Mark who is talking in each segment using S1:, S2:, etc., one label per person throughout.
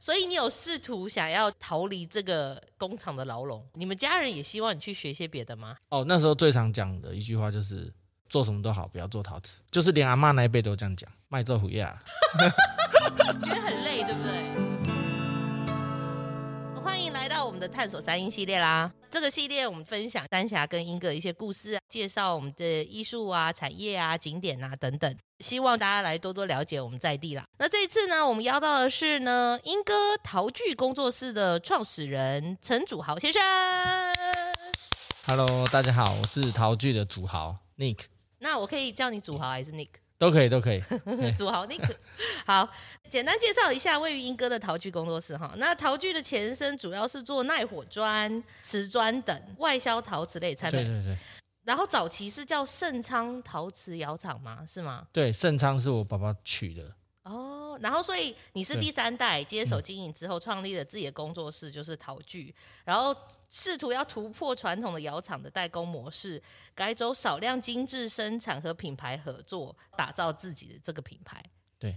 S1: 所以你有试图想要逃离这个工厂的牢笼？你们家人也希望你去学些别的吗？
S2: 哦，那时候最常讲的一句话就是做什么都好，不要做陶瓷，就是连阿嬷那一辈都这样讲，卖做虎牙。
S1: 觉得很累，对不对？欢迎来到我们的探索三英系列啦！这个系列我们分享丹霞跟英哥的一些故事，啊介绍我们的艺术啊、产业啊、景点啊等等，希望大家来多多了解我们在地啦。那这一次呢，我们邀到的是呢英哥陶具工作室的创始人陈祖豪先生。
S2: Hello，大家好，我是陶具的主豪 Nick，
S1: 那我可以叫你祖豪还是 Nick？
S2: 都可以，都可以。
S1: 组好那个好，简单介绍一下位于英歌的陶具工作室哈。那陶具的前身主要是做耐火砖、瓷砖等外销陶瓷类产
S2: 对对
S1: 品，
S2: 对
S1: 然后早期是叫盛昌陶瓷窑厂吗？是吗？
S2: 对，盛昌是我爸爸取的，
S1: 哦，然后所以你是
S2: 对嗯
S1: 第三代接手经营之后，创立了自己的工作室，就是陶具，然后试图要突破传统的窑厂的代工模式，改走少量精致生产和品牌合作，打造自己的这个品牌。
S2: 对，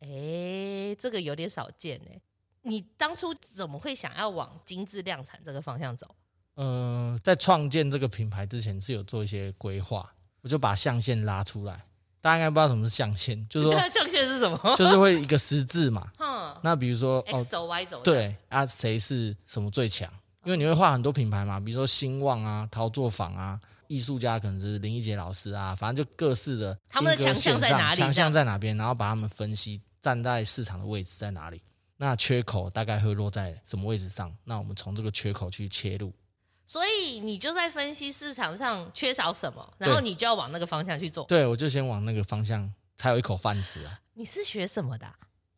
S1: 哎，这个有点少见哎。你当初怎么会想要往精致量产这个方向走？
S2: 呃，在创建这个品牌之前是有做一些规划，我就把象限拉出来。大家应该不知道什么是象限，就是 说
S1: 它象限是什么？
S2: 就是会一个十字嘛。
S1: 哼
S2: 那比如说哦
S1: ，X 轴 Y 轴。，
S2: 对啊，谁是什么最强？因为你会画很多品牌嘛，比如说兴旺啊、陶作坊啊，艺术家可能是林一杰老师啊，反正就各式的
S1: 他们的
S2: 一个
S1: 强项
S2: 线
S1: 在
S2: 上
S1: 哪里
S2: 强
S1: 这样
S2: 项在哪边，然后把他们分析站在市场的位置在哪里，那缺口大概会落在什么位置上？那我们从这个缺口去切入。
S1: 所以你就在分析市场上缺少什么，然后
S2: 对
S1: 你就要往那个方向去做。
S2: 对，我就先往那个方向，才有一口饭吃啊。
S1: 你是学什么的啊、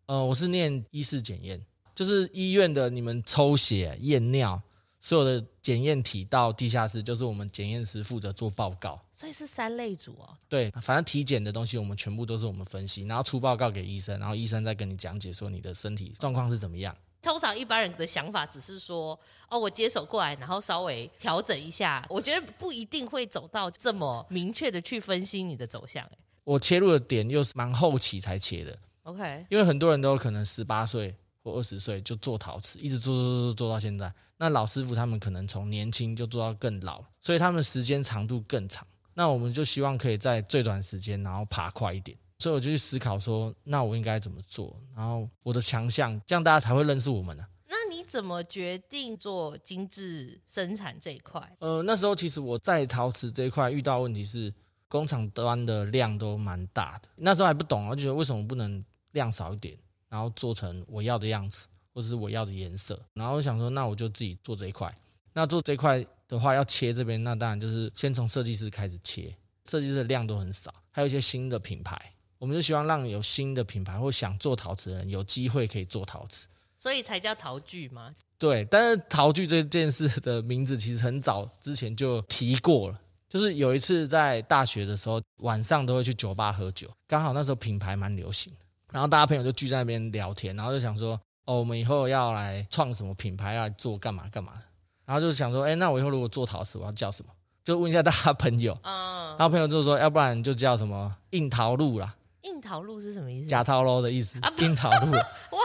S2: 呃，我是念医事检验，就是医院的你们抽血、验尿，所有的检验体到地下室，就是我们检验师负责做报告。
S1: 所以是三类组哦。
S2: 对，反正体检的东西我们全部都是我们分析，然后出报告给医生，然后医生再跟你讲解说你的身体状况是怎么样。
S1: 通常一般人的想法只是说，哦，我接手过来，然后稍微调整一下。我觉得不一定会走到这么明确的去分析你的走向。哎
S2: 我切入的点又是蛮后期才切的，
S1: ，OK，
S2: 因为很多人都可能十八岁或二十岁就做陶瓷，一直做做做做到现在。那老师傅他们可能从年轻就做到更老，所以他们时间长度更长。那我们就希望可以在最短时间，然后爬快一点。所以我就去思考说，那我应该怎么做？然后我的强项，这样大家才会认识我们呢、啊
S1: 那你怎么决定做精致生产这一块？
S2: 呃，那时候其实我在陶瓷这一块遇到问题是，工厂端的量都蛮大的。那时候还不懂，我就觉得为什么不能量少一点，然后做成我要的样子，或者是我要的颜色。然后我想说，那我就自己做这一块。那做这一块的话，要切这边，那当然就是先从设计师开始切。设计师的量都很少，还有一些新的品牌，我们就希望让有新的品牌或想做陶瓷的人有机会可以做陶瓷。
S1: 所以才叫陶具吗？
S2: 对，但是陶具这件事的名字其实很早之前就提过了。就是有一次在大学的时候，晚上都会去酒吧喝酒，刚好那时候品牌蛮流行的，然后大家朋友就聚在那边聊天，然后就想说，哦，我们以后要来创什么品牌，要来做干嘛干嘛的，然后就想说，哎，那我以后如果做陶瓷，我要叫什么？就问一下大家朋友，
S1: 嗯
S2: 然，后朋友就说，要不然就叫什么硬陶路啦，
S1: 硬陶路是什么意思？
S2: 假陶喽的意思，硬陶路，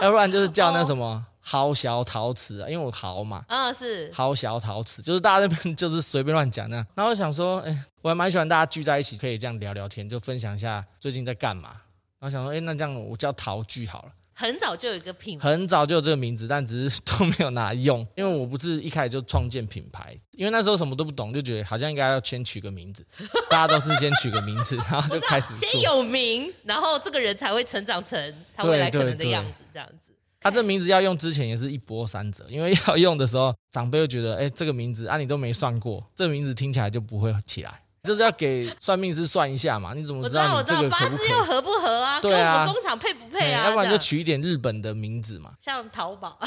S2: 要不然就是叫那什么豪小陶瓷啊，因为我豪嘛，
S1: 嗯，是
S2: 豪小陶瓷，就是大家那边 就是随便乱讲那样。然后我想说，哎、我还蛮喜欢大家聚在一起，可以这样聊聊天，就分享一下最近在干嘛。然后想说，哎、那这样我叫陶具好了。
S1: 很早就有一个品牌。
S2: 很早就有这个名字，但只是 都没有拿来用，因为我不是一开始就创建品牌，因为那时候什么都不懂，就觉得好像应该要先取个名字，大家都是先取个名字，然后就开始
S1: 先
S2: 做。
S1: 有名，然后这个人才会成长成他未来可能的样子，这样子。
S2: 他、啊这名字要用之前也是一波三折，因为要用的时候，长辈又觉得，哎、这个名字啊你都没算过，这名字听起来就不会起来，就是要给算命师算一下嘛，你怎么
S1: 我知道，
S2: 道
S1: 我
S2: 你
S1: 知道，
S2: 这个可
S1: 八
S2: 不可
S1: 字要
S2: 以？
S1: 合不合啊？
S2: 对啊哎
S1: 跟我们工厂配不配啊？
S2: 要不
S1: 这
S2: 然就
S1: 样
S2: 取一点日本的名字嘛，
S1: 像淘宝，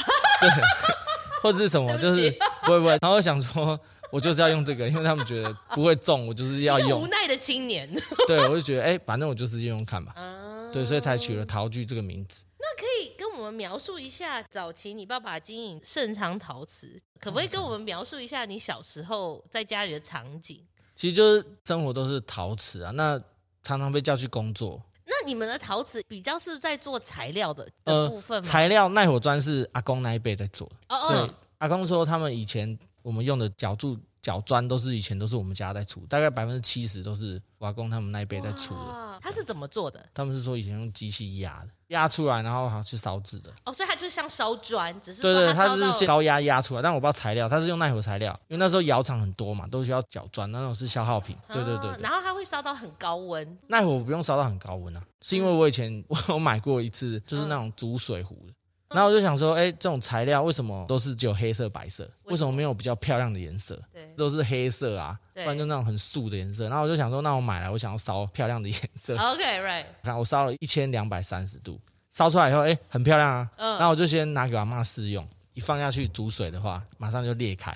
S2: 或者是什么，
S1: 对
S2: 就
S1: 不
S2: 是
S1: 起
S2: 不会不会。然后我想说，我就是要用这个，因为他们觉得不会中，我就是 要
S1: 一个
S2: 用
S1: 无。奈的青 年。
S2: 对，我就觉得，哎、反正我就是用用看吧。
S1: 啊
S2: 对，所以才取了陶具这个名字。
S1: 那可以跟我们描述一下早期你爸爸经营盛昌陶瓷，可不可以跟我们描述一下你小时候在家里的场景？
S2: 其实就是生活都是陶瓷啊，那常常被叫去工作，
S1: 那你们的陶瓷比较是在做材料的的
S2: 呃
S1: 部分吗？
S2: 材料耐火砖是阿公那一辈在做的。
S1: 哦
S2: 对
S1: 哦，，
S2: 阿公说他们以前我们用的脚柱、脚砖都是以前都是我们家在出，大概百分之七十都是我阿公他们那一辈在出的。
S1: 哇啊它是怎么做的？
S2: 他们是说以前用机器压的，压出来然后好像去烧制的。
S1: 哦，所以它就像烧砖，只是
S2: 对
S1: 说
S2: 对，
S1: 它
S2: 它
S1: 烧到啊
S2: 是高压压出来，但我不知道材料，它是用耐火材料，因为那时候窑厂很多嘛，都需要脚砖，那种是消耗品。对对对
S1: 啊
S2: 对，
S1: 然后它会烧到很高温，
S2: 耐火不用烧到很高温啊，是因为我以
S1: 嗯
S2: 前 我有买过一次，就是那种煮水壶的。然后我就想说，哎、这种材料为什么都是只有黑色、白色？为什么没有比较漂亮的颜色？
S1: 对，
S2: 都是黑色啊，不
S1: 对
S2: 然就那种很素的颜色。然后我就想说，那我买来，我想要烧漂亮的颜色。
S1: OK right，
S2: 看我烧了一千两百三十度，烧出来以后，哎、很漂亮啊。
S1: 嗯
S2: 然后我就先拿给我阿妈试用，一放下去煮水的话，马上就裂开，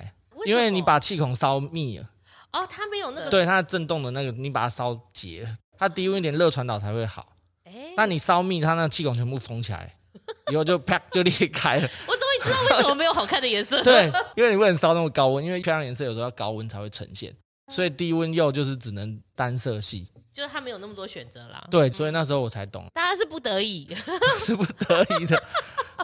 S2: 因
S1: 什
S2: 为
S1: 么
S2: 你把气孔烧密了，
S1: 哦，它没有那个，
S2: 对它震动的那个，你把它烧结了，它低温一点热传导才会好。
S1: 哎，
S2: 但你烧密，它那气孔全部封起来，以后就 啪就裂开了。
S1: 我终于知道为什么没有好看的颜色，
S2: 对，因为你不能烧那么高温，因为漂亮颜色有时候要高温才会呈现，所以低温釉就是只能单色系。
S1: 就是它没有那么多选择啦。
S2: 对，所以那时候我才懂，
S1: 大家是不得已，对
S2: 这是不得已的。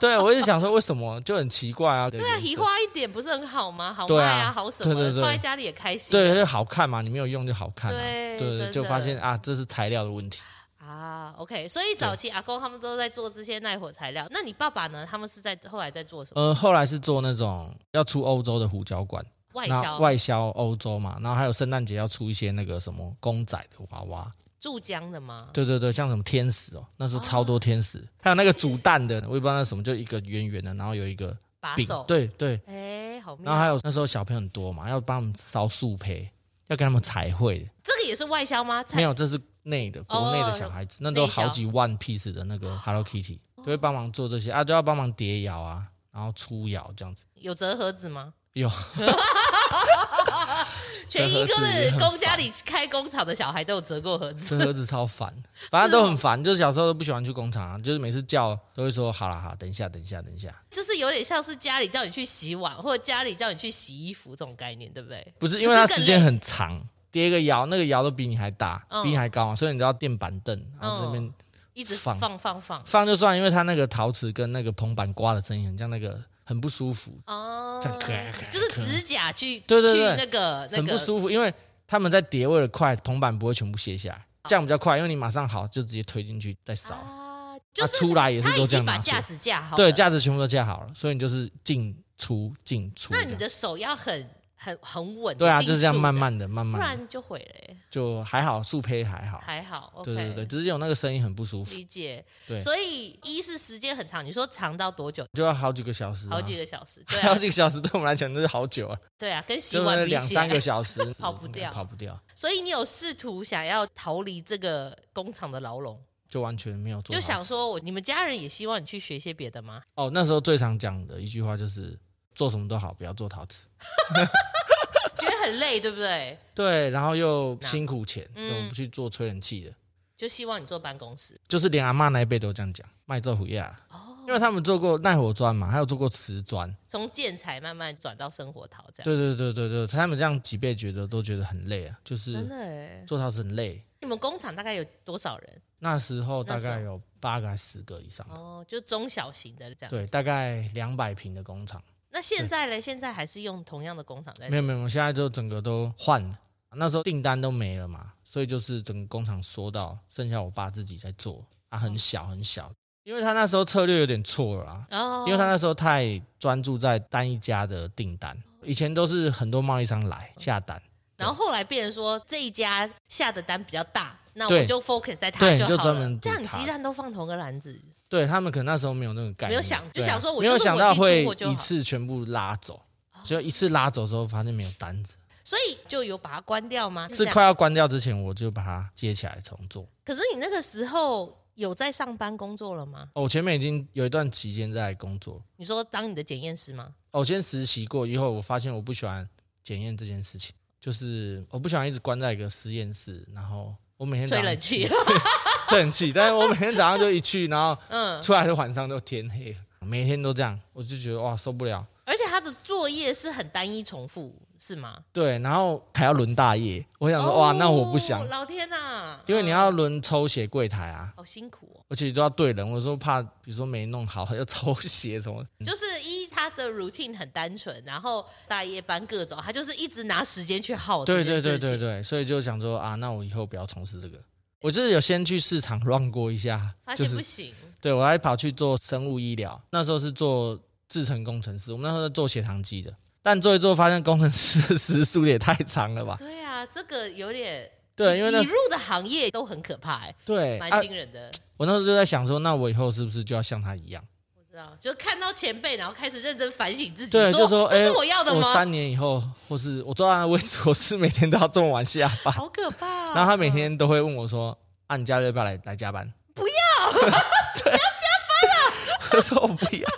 S2: 对，我就想说为什么就很奇怪啊？对
S1: 啊，移花一点不是很好吗？好
S2: 对
S1: 卖
S2: 啊
S1: 啊，好什么
S2: 对对
S1: 的，
S2: 对
S1: 放在家里也开心。啊
S2: 对，就好看嘛，你没有用就好看、啊。
S1: 对
S2: 对
S1: 真的
S2: 就发现啊，这是材料的问题。
S1: 啊，OK，所以早期阿公他们都在做这些耐火材料。那你爸爸呢？他们是在后来在做什么？
S2: 呃，后来是做那种要出欧洲的胡椒罐，
S1: 外
S2: 呃那
S1: 销、
S2: 外销欧洲嘛，然后还有圣诞节要出一些那个什么公仔的娃娃。
S1: 注浆的吗？
S2: 对对对，像什么天使哦，那时候超多天
S1: 哦
S2: 使，还有那个煮蛋的，我也不知道那什么，就一个圆圆的，然后有一个
S1: 把
S2: 饼
S1: 手，，
S2: 对对，
S1: 哎，好
S2: 然后还
S1: 妙。
S2: 有那时候小朋友很多嘛，要帮他们烧素胚，要给他们彩绘。
S1: 这个也是外销吗？
S2: 没
S1: 菜
S2: 有，这是内的，国内的小孩
S1: 哦
S2: 子，那都好几万 piece 的那个 Hello Kitty，都会帮忙做这些啊，都要帮忙叠窑啊，然后出窑这 样子。
S1: 有折盒子吗？
S2: 有，
S1: 全一哥
S2: 折盒子也
S1: 的
S2: 很
S1: 工家里开工厂的小孩都有折过盒子。
S2: 这盒子超烦，反正都很
S1: 哦
S2: 烦。就是小时候都不喜欢去工厂、啊，就是每次叫都会说好啦好啦，等一下等一下等一下，
S1: 就是有点像是家里叫你去洗碗，或者家里叫你去洗衣服这种概念，对不对？
S2: 不是因为它时间很长，叠一个窑那个窑都比你还大，
S1: 嗯
S2: 比你还高、啊，所以你都要垫板凳，然后这边
S1: 一直
S2: 放
S1: 放放放放
S2: 放就算，因为它那个陶瓷跟那个铜板刮的声音很像，那个很不舒服，
S1: 哦
S2: 这样咔咔咔，
S1: 就是指甲去
S2: 对对对
S1: 去那个那
S2: 很
S1: 个
S2: 不舒服，因为他们在叠为了快，铜板不会全部卸下来，这样比较快，因为你马上好就直接推进去再烧，啊
S1: 哦啊，就是
S2: 出来也是
S1: 他
S2: 都
S1: 已
S2: 这
S1: 经
S2: 样
S1: 把
S2: 拿出
S1: 架
S2: 来，
S1: 子架好了，
S2: 对，架子全部都架好了，所以你就是进出进出这
S1: 那
S2: 样，
S1: 你的手要很很很稳，
S2: 对啊，
S1: 很
S2: 就是这样慢，慢的慢
S1: 不
S2: 慢的
S1: 然就毁了欸、
S2: 就还好，素胚还好，
S1: 还好，OK，
S2: 对对对，只是有那个声音很不舒服，
S1: 理解。
S2: 对
S1: 所以一是时间很长，你说长到多久？
S2: 就要好几个小时啊，
S1: 好几 个小时，对
S2: 好
S1: 啊，
S2: 几个小时对我们来讲就是好 久啊，
S1: 对啊，跟洗
S2: 就
S1: 碗
S2: 是
S1: 比
S2: 两
S1: 起
S2: 三个
S1: 来，
S2: 小时 嗯
S1: 跑不掉
S2: 跑不掉。
S1: 所以你有试图想要逃离这个工厂的牢笼，
S2: 就完全没有做
S1: 就
S2: 好事。
S1: 想说我你们家人也希望你去学些别的吗？
S2: 哦，那时候最常讲的一句话就是做什么都好，不要做陶瓷。
S1: 觉得很累，对不对？
S2: 对，然后又辛苦钱，
S1: 嗯
S2: 我们不去做吹冷气的，
S1: 就希望你坐办公室
S2: 就是连阿妈那一辈都这样讲，卖这虎亚。
S1: 哦
S2: 因为他们做过耐火砖嘛，还有做过瓷砖，
S1: 从建材慢慢转到生活陶这样，
S2: 对对对对对，他们这样几辈觉得都觉得很累啊，就
S1: 真
S2: 是
S1: 的哎。
S2: 做陶瓷很累。
S1: 你们工厂大概有多少人？
S2: 那时候大
S1: 那
S2: 概
S1: 时
S2: 有八个还是十个以上，
S1: 哦，就中小型的这样。
S2: 嗯对，大概两百平的工厂，
S1: 那现在嘞？现在还是用同样的工厂在
S2: 没有没有，现在就整个都换了。那时候订单都没了嘛，所以就是整个工厂缩到剩下我爸自己在做啊，很小很小。因为他那时候策略有点错了啦，
S1: 哦，
S2: 因为他那时候太专注在单一家的订单，以前都是很多贸易商来下单，
S1: 然后后来变成说这一家下的单比较大，那我
S2: 对
S1: 就 focus 在他
S2: 对
S1: 好
S2: 你就
S1: 了。
S2: 专门
S1: 这样你
S2: 赌它
S1: 鸡蛋都放同个篮子，
S2: 对他们可能那时候没有那个概念，
S1: 没有想就
S2: 对啊
S1: 想说我
S2: 没有
S1: 就是
S2: 想
S1: 我
S2: 到
S1: 一出
S2: 会
S1: 货就好哦
S2: 一次全部拉走，就一次拉走之后发现没有单子，
S1: 所以就有把它关掉吗？
S2: 是
S1: 这样
S2: 快要关掉之前我就把它接起来重做。
S1: 可是你那个时候有在上班工作了吗？
S2: 哦，我前面已经有一段期间在工作，哦
S1: 你说当你的检验师吗？
S2: 我先实习过以后，我发现我不喜欢检验这件事情，就是我不喜欢一直关在一个实验室，然后我每天
S1: 吹
S2: 早上
S1: 冷气，
S2: 吹冷气，但是我每天早上就一去，然后
S1: 嗯，
S2: 出来的晚上都天黑了，每天都这样，我就觉得哇受不了。
S1: 而且他的作业是很单一重复，是吗？
S2: 对，然后还要轮大夜，我想说、
S1: 哦
S2: 嗯哇，那我不想，
S1: 老天呐，
S2: 因为你要
S1: 嗯
S2: 轮抽血柜台啊，
S1: 好辛苦哦
S2: 而且都要对人，我说怕比如说没弄好要抽血什么的，
S1: 哦。就是一，他的 routine 很单纯，然后大夜班各种，他就是一直拿时间去耗哦这
S2: 对
S1: 件
S2: 对
S1: 事
S2: 对
S1: 情。
S2: 对对，所以就想说啊，那我以后不要从事这个。我就是有先去市场 乱过一下，
S1: 发
S2: 就
S1: 现
S2: 是
S1: 不行，
S2: 对我还跑去做生物医疗，那时候是做制成工程师，我们那时候在做血糖机的，但做一做发现工程师的时速也太长了吧？
S1: 对啊，这个有点
S2: 对，因为那
S1: 你入的行业都很可怕、欸，
S2: 对
S1: 蛮
S2: 啊，
S1: 惊人的。
S2: 我那时候就在想说，那我以后是不是就要像他一样？
S1: 我知道，就看到前辈，然后开始认真反省自己，
S2: 对，就说
S1: 这
S2: 哎，
S1: 是我要的
S2: 我
S1: 吗？
S2: 三年以后，或是我坐在那 位置，我是每天都要这么晚下班，
S1: 好可怕、啊！
S2: 然后他每天都会问我说：“啊，你假日要不要来来加班？”
S1: 不
S2: 要， 不要加班了。我啊说我不要。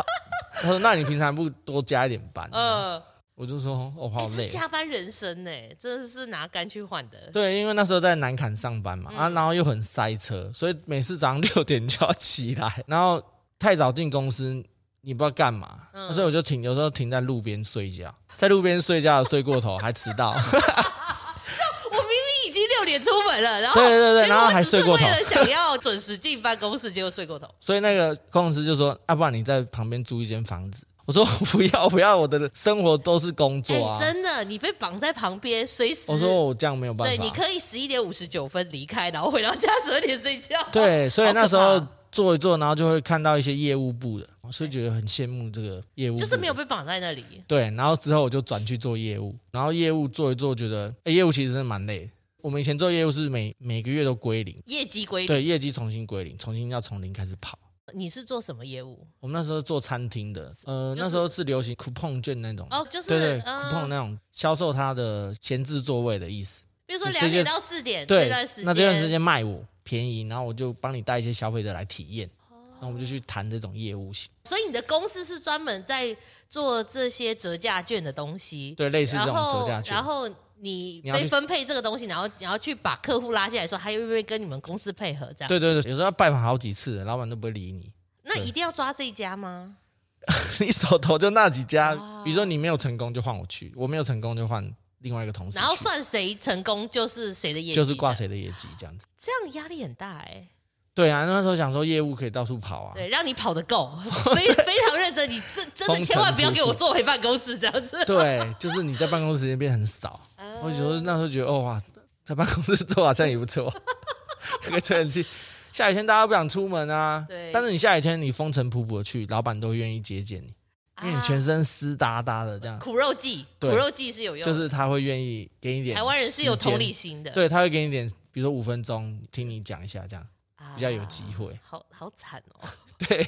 S2: 他说：“那你平常不多加一点班？”嗯，
S1: 嗯，
S2: 我就说：“哦我
S1: 哎、
S2: 好
S1: 这
S2: 累。
S1: 加班人生呢、真的是拿肝去换”的。
S2: 对，因为那时候在南坎上班嘛，啊，然后又很塞车，所以每次早上六点就要起来，然后太早进公司，你不知道干嘛，
S1: 嗯
S2: 所以我就停，有时候停在路边睡觉，在路边睡觉睡过头，还迟到。
S1: 我明明已经六点出门了，然后
S2: 对对对对
S1: 结果
S2: 然后
S1: 我
S2: 还
S1: 只是
S2: 睡过头
S1: 为了想要准时进办公室，结果睡过头。
S2: 所以那个工程师就说：“啊，不然你在旁边租一间房子。”我说：“ 不要不要，我的生活都是工
S1: 哎、
S2: 作啊。
S1: 真的，你被绑在旁边，随时
S2: 我说：“我这样没有办法。
S1: 对，你可以十一点五十九分离开，然后回到家十二点睡觉。
S2: 对所以那时
S1: 好可
S2: 候
S1: 怕
S2: 做一做，然后就会看到一些业务部的，所以觉得很羡慕这个业务部 的
S1: 就是没有被绑在那里。
S2: 对。然后之后我就转去做业务，然后业务做一做，觉得、哎，业务其实真的蛮累的。我们以前做业务是每每个月都归零，
S1: 业绩归零，
S2: 对，业绩重新归零，重新要从零开始跑。
S1: 你是做什么业务？
S2: 我们那时候做餐厅的，呃，
S1: 就是
S2: 那时候是流行 coupon 券那种。
S1: 哦，就是
S2: 对对
S1: 嗯
S2: ，coupon 那种销售他的闲置座位的意思。
S1: 比如说
S2: 这
S1: 两点
S2: 些
S1: 到四点
S2: 对，
S1: 这段时间，
S2: 那这段时间卖我便宜，然后我就帮你带一些消费者来体验，
S1: 哦
S2: 那我们就去谈这种业务型，
S1: 所以你的公司是专门在做这些折价券的东西，
S2: 对，类似这
S1: 然
S2: 种
S1: 后
S2: 折价券
S1: 然。后你
S2: 你要
S1: 被
S2: 去
S1: 分配这个东西，然后你要去把客户拉进来说，还愿不愿意跟你们公司配合这样？，
S2: 对对对，有时候要拜访好几次，老板都不会理你，
S1: 那
S2: 对
S1: 一定要抓这一家吗？
S2: 你手头就那几家
S1: 哦，
S2: 比如说你没有成功就换我去，我没有成功就换另外一个同事
S1: 然后
S2: 去
S1: 算谁成功就是谁的业绩，
S2: 就是挂谁的业绩这样子。
S1: 这样，这样压力很大哎、
S2: 对啊，那时候想说业务可以到处跑啊，
S1: 对，让你跑得够，非 非常认真，你真真的
S2: 风尘
S1: 千万不要
S2: 仆仆
S1: 给我坐回办公室这样子。
S2: 对，就是你在办公室时间变很少。 我有时候那时候觉得，哦哇，在办公室做好像也不错， 那个吹冷气。下雨天大家不想出门啊，
S1: 对
S2: 但是你下雨天你风尘仆仆的去，老板都愿意接见你，因为你全
S1: 啊
S2: 身湿哒哒的，这样、
S1: 苦肉计，苦
S2: 对
S1: 肉计是有用的，
S2: 就是他会愿意给你点。
S1: 台湾人是有同理，心的，
S2: 对，他会给你点，比如说五分钟听你讲一下，这样
S1: 啊，
S2: 比较有机会。
S1: 好好惨哦，
S2: 对，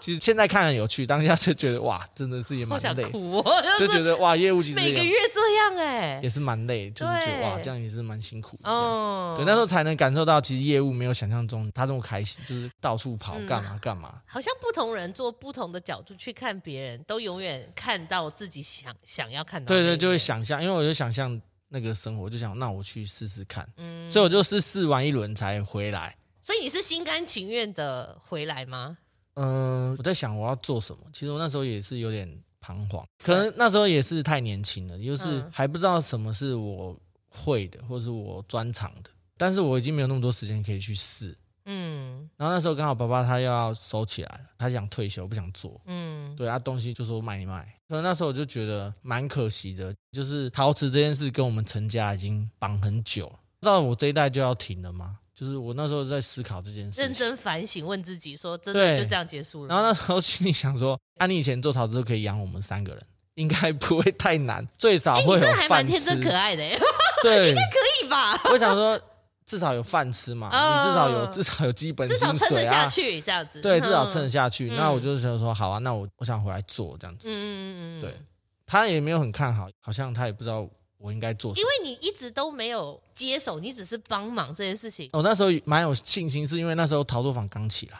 S2: 其实现在看很有趣，当下就觉得哇，真的是也
S1: 好
S2: 蛮
S1: 想
S2: 累，
S1: 哭哦，
S2: 就
S1: 就
S2: 觉
S1: 是
S2: 得哇，业务其实
S1: 每个
S2: 也
S1: 月这样哎、
S2: 也是蛮累，就是觉
S1: 对
S2: 得哇，这样也是蛮辛苦的。这样
S1: 哦，
S2: 对，那时候才能感受到，其实业务没有想象中他这么开心，就是到处跑
S1: 嗯
S2: 干嘛干嘛。
S1: 好像不同人做不同的角度去看别人，都永远看到自己想想要看到，
S2: 对对，就会，想象，因为我就想象那个生活，就想那我去试试看，
S1: 嗯，
S2: 所以我就是试完一轮才回来。
S1: 所以你是心甘情愿的回来吗？
S2: 嗯、我在想我要做什么，其实我那时候也是有点彷徨，可能那时候也是太年轻了，就是
S1: 嗯
S2: 还不知道什么是我会的，或是我专长的，但是我已经没有那么多时间可以去试。
S1: 嗯
S2: 然后那时候刚好爸爸他又要收起来了，他想退休，不想做，
S1: 嗯，
S2: 对啊，东西就说卖一卖。所以那时候我就觉得蛮可惜的，就是陶瓷这件事跟我们陈家已经绑很久了，到我这一代就要停了吗？就是我那时候在思考这件事
S1: 认
S2: 情。
S1: 真反省，问自己说，真的
S2: 对
S1: 就这样结束了？
S2: 然后那时候心里想说，啊，你以前做陶瓷都可以养我们三个人，应该不会太难，最少
S1: 哎，
S2: 会
S1: 你
S2: 有
S1: 这还蛮
S2: 饭
S1: 天
S2: 吃
S1: 真。可爱的、欸，
S2: 对，
S1: 可以吧？
S2: 我想说至少有饭吃嘛，
S1: 嗯
S2: 你至少有至少有基本
S1: 至
S2: 薪
S1: 少撑
S2: 水
S1: 得下
S2: 啊。
S1: 去，这样子。
S2: 对，至少
S1: 嗯
S2: 撑得下去。
S1: 嗯
S2: 那我就想说，好啊，那我我想回来做这样子。
S1: 嗯嗯嗯嗯，
S2: 对，他也没有很看好，好像他也不知道我应该做什
S1: 因
S2: 么
S1: 为。你一直都没有接手，你只是帮忙这件事情。
S2: 我、那时候蛮有信心，是因为那时候陶作坊刚起来，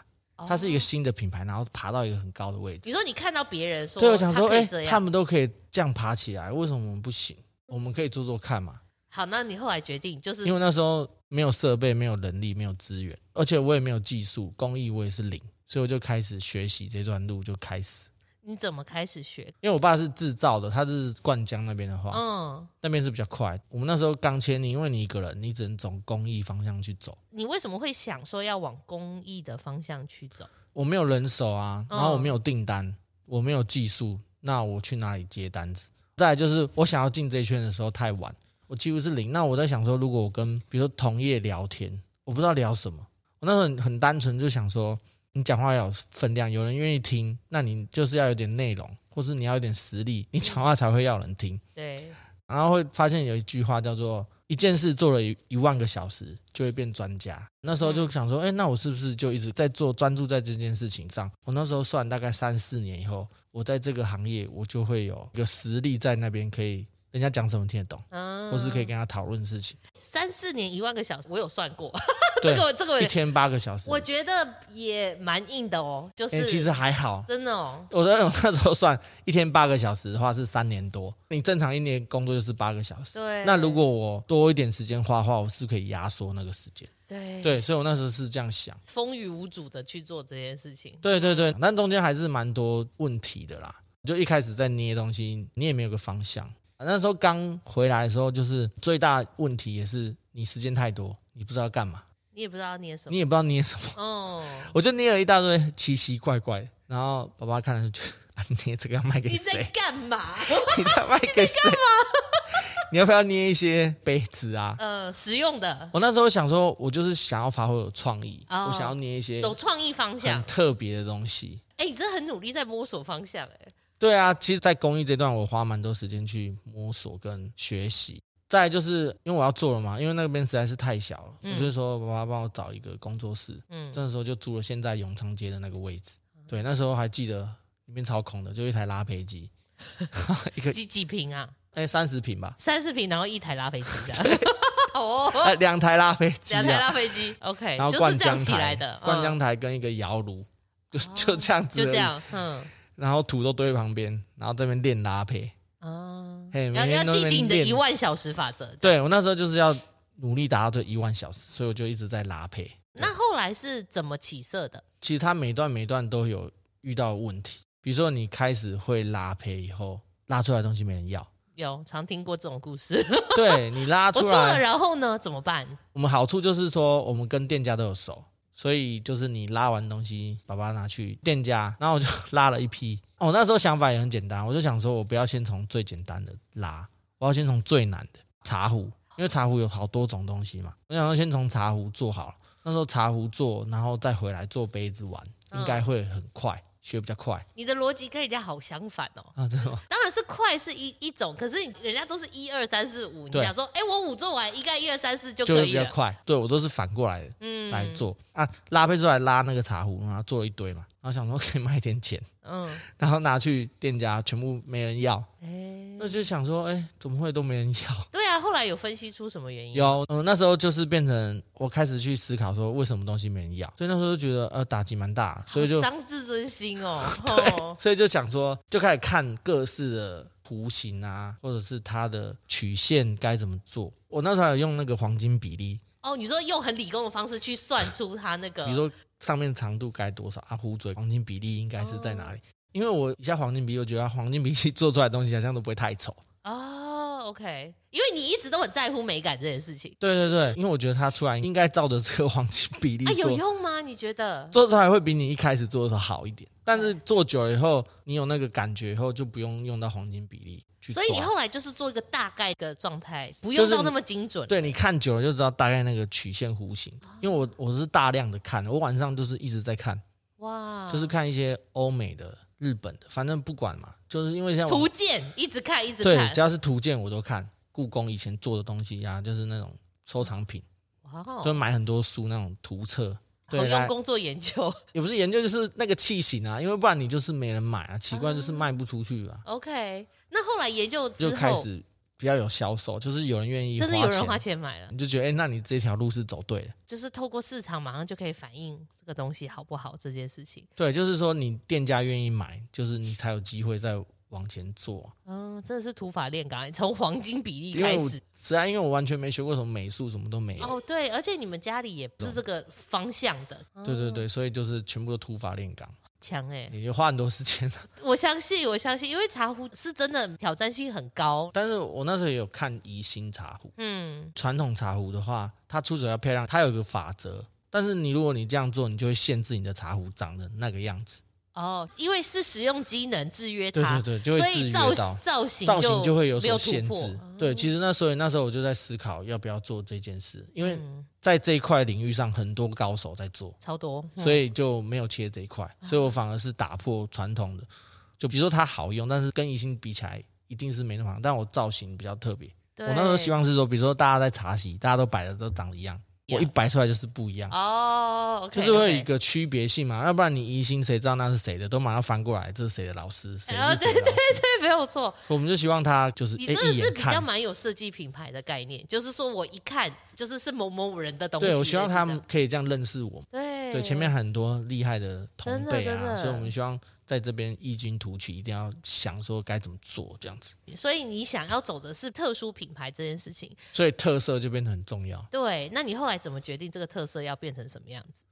S2: 它是一个
S1: 哦，
S2: 新的品牌，然后爬到一个很高的位置。
S1: 你说你看到别人说，
S2: 对，我想
S1: 他
S2: 说，
S1: 可
S2: 哎、
S1: 以这
S2: 他
S1: 样，
S2: 们都可以这样爬起来，为什么我们不行？我们可以做做看嘛。
S1: 好，那你后来决定就是
S2: 因为那时候没有设备、没有人力、没有资源，而且我也没有技术，工艺我也是零，所以我就开始学习这段路，就开始。
S1: 你怎么开始学？
S2: 因为我爸是制造的，他是灌浆那边的话，
S1: 嗯，
S2: 那边是比较快。我们那时候刚签你，因为你一个人，你只能从公益方向去走。
S1: 你为什么会想说要往公益的方向去走？
S2: 我没有人手啊，
S1: 嗯
S2: 然后我没有订单，我没有技术，那我去哪里接单子？再来就是我想要进这一圈的时候太晚，我几乎是零。那我在想说，如果我跟比如说同业聊天，我不知道聊什么，我那时候很很单纯就想说，你讲话要有分量，有人愿意听，那你就是要有点内容，或是你要有点实力，你讲话才会要人听。
S1: 对，
S2: 然后会发现有一句话叫做“一件事做了一一万个小时，就会变专家”。那时候
S1: 嗯
S2: 就想说，哎、那我是不是就一直在做专注在这件事情上？我那时候算大概三四年以后，我在这个行业，我就会有一个实力在那边，可以人家讲什么听得懂，
S1: 嗯，
S2: 或是可以跟他讨论事情。
S1: 三四年一万个小时，我有算过， 这
S2: 对
S1: 个，我这个我
S2: 一
S1: 也
S2: 天八个小时，
S1: 我觉得也蛮硬的哦，就
S2: 哎、
S1: 是
S2: 其实还好。
S1: 真的哦，
S2: 我 在我那时候算一天八个小时的话是三年多，你正常一年工作就是八个小时。
S1: 对。
S2: 那如果我多一点时间花的话，我是可以压缩那个时间。
S1: 对
S2: 对，所以我那时候是这样想。
S1: 风雨无阻的去做这件事情，
S2: 对对对，但中间还是蛮多问题的啦。就一开始在捏东西，你也没有个方向。啊那时候刚回来的时候，就是最大问题也是你时间太多，你不知道干嘛，
S1: 你也不知道捏什
S2: 你
S1: 么。
S2: 也不知道捏什么。
S1: 哦，
S2: 我就捏了一大堆奇奇怪怪的，然后爸爸看了就觉得啊，捏这个要卖给
S1: 你在
S2: 谁？
S1: 干嘛？
S2: 你在卖给谁？ 你要不要捏一些杯子啊？
S1: 呃，实用的，
S2: 我那时候想说，我就是想要发挥我的创意，
S1: 哦啊
S2: 我想要捏一些
S1: 走创意方向
S2: 很。特别的东西。
S1: 哎、你真的很努力在摸索方向、哎，
S2: 对啊，其实，在公益这段，我花蛮多时间去摸索跟学习。再来就是因为我要做了嘛，因为那边实在是太小了，
S1: 嗯
S2: 我就是说爸爸帮我找一个工作室，
S1: 嗯，
S2: 那时候就租了现在永昌街的那个位置。对，那时候还记得里面超空的，就一台拉胚机，一个
S1: 几几瓶啊？
S2: 哎三十平吧，
S1: 三十瓶，然后一台拉菲机这 样。哦，
S2: 哎两台拉胚机
S1: 两台
S2: 啊，
S1: 拉菲机，OK，
S2: 然后
S1: 就是
S2: 灌
S1: 这样
S2: 浆
S1: 起来
S2: 台
S1: 的，，
S2: 灌
S1: 嗯、
S2: 浆
S1: 哦
S2: 台跟一个窑炉，就就这样子，
S1: 就这，样，嗯。
S2: 然后土都堆旁边，然后这边练拉胚。
S1: 哦，
S2: 嘿
S1: 要
S2: 每
S1: 要
S2: 天嗯都
S1: 进
S2: 在
S1: 行你的
S2: 练
S1: 一万小时法则。
S2: 对我那时候就是要努力达到这一万小时，所以我就一直在拉胚。
S1: 那后来是怎么起色的？
S2: 其实它每段每段都有遇到问题，比如说你开始会拉胚以后，拉出来的东西没人要，
S1: 有常听过这种故 事，
S2: 对你拉
S1: 我
S2: 出
S1: 做了，
S2: 来，
S1: 然后呢？怎么办？
S2: 我们好处就是说我们跟店家都有熟，所以就是你拉完东西，爸爸拿去店家，然后我就拉了一批。 哦，那时候想法也很简单，我就想说我不要先从最简单的拉，我要先从最难的茶壶，因为茶壶有好多种东西嘛，我想说先从茶壶做好了。那时候茶壶做，然后再回来做杯子玩，
S1: 嗯
S2: 应该会很快，学比较快
S1: 你的逻辑跟人家好相反哦。
S2: 啊，真的吗？
S1: 当然是快是一一种，可是人家都是一二三四五，你
S2: 对
S1: 想说，哎，我五做完，应该一二三四就
S2: 就
S1: 可
S2: 会比
S1: 以
S2: 较
S1: 了。
S2: 快。对我都是反过来的
S1: 嗯
S2: 来做、啊，拉胚出来拉那个茶壶，然后做了一堆嘛，然后想说可以卖一点钱，
S1: 嗯，
S2: 然后拿去店家，全部没人要，
S1: 哎，
S2: 那就想说，哎、怎么会都没人要？
S1: 对啊，后来有分析出什么原因？
S2: 有，嗯、那时候就是变成我开始去思考说，为什么东西没人要？所以那时候就觉得，呃，打击蛮大，所以就
S1: 好伤自尊心 哦。哦
S2: 所以就想说，就开始看各式的弧形啊，或者是它的曲线该怎么做。我那时候还有用那个黄金比例，
S1: 哦，你说用很理工的方式去算出他那个，
S2: 比如说上面长度该多少啊，壶嘴黄金比例应该是在哪里？
S1: 哦
S2: 因为我一下黄金比例，我觉得黄金比例做出来的东西好像都不会太丑。
S1: 哦，OK，因为你一直都很在乎美感这件事情。
S2: 对对对，因为我觉得它出来应该照着这个黄金比例
S1: 啊，有
S2: 做，
S1: 用吗？你觉得？
S2: 做出来会比你一开始做的时候好一点。但是做久了以后，你有那个感觉以后，就不用用到黄金比例去抓。
S1: 所以你后来就是做一个大概的状态，不
S2: 啊就
S1: 用
S2: 是
S1: 到
S2: 你
S1: 那么精准。
S2: 对，你看久了就知道大概那个曲线弧形。
S1: 哦
S2: 因为我我是大量的看，我晚上就是一直在看，
S1: 哇，
S2: 就是看一些欧美的、日本的，反正不管嘛，就是因为像我
S1: 图鉴，一直看，一直
S2: 对，
S1: 看
S2: 只。要是图鉴我都看。故宫以前做的东西啊，就是那种收藏品，
S1: 哇哦，
S2: 就买很多书那种图册。
S1: 好用
S2: 对，来
S1: 工作研究。
S2: 也不是研究，就是那个器型啊，因为不然你就是没人买啊，奇怪就是卖不出去啊，
S1: OK，那后来研究
S2: 就
S1: 之
S2: 开
S1: 后，
S2: 始比较有销售，就是有人愿意
S1: 真的有人
S2: 钱
S1: 花钱买了，
S2: 你就觉得哎、那你这条路是走对了。
S1: 就是透过市场马上就可以反映这个东西好不好这件事情。
S2: 对，就是说你店家愿意买，就是你才有机会再往前做。啊
S1: 嗯，真的是土法炼钢，从黄金比例
S2: 因为
S1: 开
S2: 我
S1: 始。
S2: 实在因为我完全没学过什么美术，什么都没有。
S1: 哦，对，
S2: 啊
S1: 而且你们家里也不是这个方向的。嗯
S2: 对对对，所以就是全部都土法炼钢。
S1: 强哎、
S2: 也花很多时间。啊
S1: 我相信，我相信，因为茶壶是真的挑战性很高。
S2: 但是我那时候也有看宜兴茶壶，
S1: 嗯，
S2: 传统茶壶的话，它出手要漂亮，它有一个法则。但是你如果你这样做，你就会限制你的茶壶长得那个样子。
S1: 哦，因为是使用机能制约
S2: 对
S1: 它，
S2: 对对，就会
S1: 所
S2: 制
S1: 以
S2: 约
S1: 造
S2: 到
S1: 造型
S2: 造型就会有嗯
S1: 没有突
S2: 所限
S1: 破
S2: 制。对，其实那所以那时候我就在思考要不要做这件事，因为
S1: 嗯
S2: 在这一块领域上很多高手在做，
S1: 超多，嗯
S2: 所
S1: 以
S2: 以就没有切这一块，所以我反而是打破传统的。就比如说它好用，但是跟宜兴比起来一定是没那么好，但我造型比较特别。我那时候希望是说，比如说大家在茶席，大家都摆的都长得一样，
S1: Yeah
S2: 我一摆出来就是不一样。
S1: 哦，OK，
S2: 就是会有一个区别性嘛，要不然你疑心谁知道那是谁的，都马上翻过来，这是谁的老师，谁
S1: 哦
S2: 是谁的老师，
S1: 对，没有错，
S2: 我们就希望他就是
S1: 你
S2: 诶
S1: 真的
S2: 一
S1: 是
S2: 眼
S1: 比较
S2: 看，
S1: 蛮有设计品牌的概念，就是说我一看就是是某某人的东西，
S2: 对我希望
S1: 类似
S2: 他
S1: 这
S2: 们
S1: 样
S2: 可以这样认识我们。
S1: 对
S2: 对，前面很多厉害的同
S1: 真的
S2: 辈
S1: 真
S2: 啊，
S1: 的
S2: 所以我们希望在这边异军突起，一定要想说该怎么做这样子，
S1: 所以你想要走的是特殊品牌这件事情，
S2: 所以特色就变得很重要。
S1: 对，那你后来怎么决定这个特色要变成什么样子？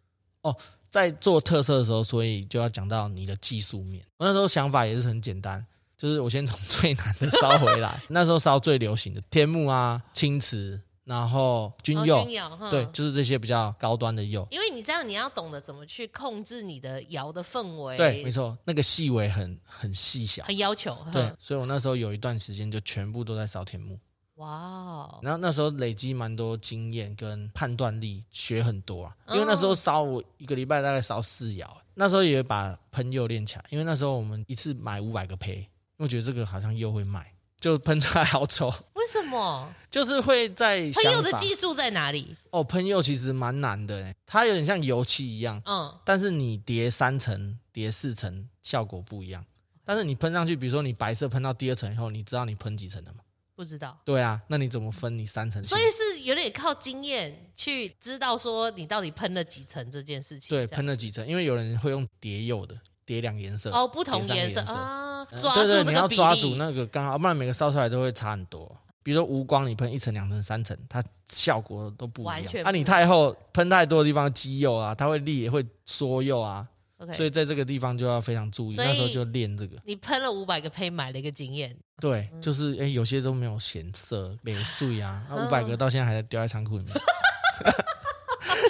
S2: 在做特色的时候，所以就要讲到你的技术面。我那时候想法也是很简单，就是我先从最难的烧回 来。那时候烧最流行的天幕啊、青瓷，然后军
S1: 哦
S2: 釉，
S1: 军釉哈
S2: 对，就是这些比较高端的釉。
S1: 因为你这样，你要懂得怎么去控制你的摇的氛围，
S2: 对，没，错，那个细微很很细小。
S1: 很嗯要求。
S2: 对
S1: 哼，，
S2: 所以我那时候有一段时间就全部都在烧天幕，
S1: 哇哦，
S2: 然后那时候累积蛮多经验跟判断力，学很多啊。
S1: 哦
S2: 因为那时候烧我一个礼拜大概烧四爻，那时候也把喷釉练起来，因为那时候我们一次买五百个胚，因为我觉得这个好像又会卖，就喷出来好丑，
S1: 为什么
S2: 就是会在
S1: 朋友的
S2: 想法
S1: 技术在哪里？
S2: 哦，喷釉其实蛮难的欸，它有点像油漆一样，
S1: 嗯，
S2: 但是你叠三层、叠四层效果不一样。但是你喷上去，比如说你白色喷到第二层以后，你知道你喷几层了吗？
S1: 不知道。
S2: 对啊，那你怎么分你三层？
S1: 所以是有点靠经验去知道说你到底喷了几层这件事情。
S2: 对
S1: 这样
S2: 喷了几层，因为有人会用叠釉的，叠两颜色。
S1: 哦，不同
S2: 叠三个
S1: 颜色
S2: 颜色
S1: 啊，
S2: 嗯
S1: 抓住
S2: 对对，
S1: 那
S2: 你
S1: 个
S2: 要
S1: 比
S2: 抓住
S1: 例。
S2: 那个刚好，不然每个烧出来都会差很多。比如说无光，你喷一层、两层、三层，它效果都不一
S1: 完全
S2: 样。
S1: 不
S2: 啊，你太厚，喷太多的地方肌肉啊，它会裂，会缩幼啊，所
S1: OK，
S2: 以在这个地方就要非常注意。
S1: 所以
S2: 那时候就练这个，
S1: 你喷了五百个胚，买了一个经验，
S2: 对，
S1: 嗯
S2: 就是哎、诶有些都没有显色、美术呀，
S1: 嗯
S2: 那五百个到现在还在丢在仓库里 面，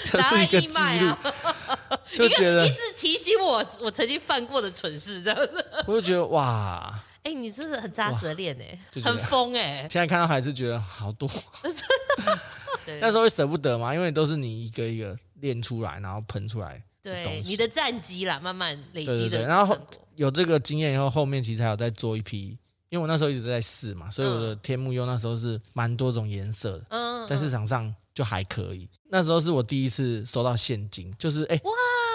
S2: 就是一个记
S1: 当然义卖
S2: 录
S1: 啊，
S2: 就觉得
S1: 一直提醒我我曾经犯过的蠢事，这样子。
S2: 我就觉得哇，
S1: 哎、你真的很扎实的练哎、
S2: 就觉
S1: 很
S2: 得
S1: 疯哎、
S2: 现在看到还是觉得好多。
S1: 对
S2: 那时候会舍不得嘛，因为都是你一个一个练出来，然后喷出来。
S1: 对
S2: 东西
S1: 你的战绩啦，慢慢累
S2: 对
S1: 积
S2: 对
S1: 的
S2: 对，然后
S1: 成果
S2: 有这个经验以后，后面其实还有在做一批，因为我那时候一直在试嘛，所以我的天幕釉那时候是蛮多种颜色的，
S1: 嗯，
S2: 在市场上就还可以。那时候是我第一次收到现金，就是哎，
S1: 哇，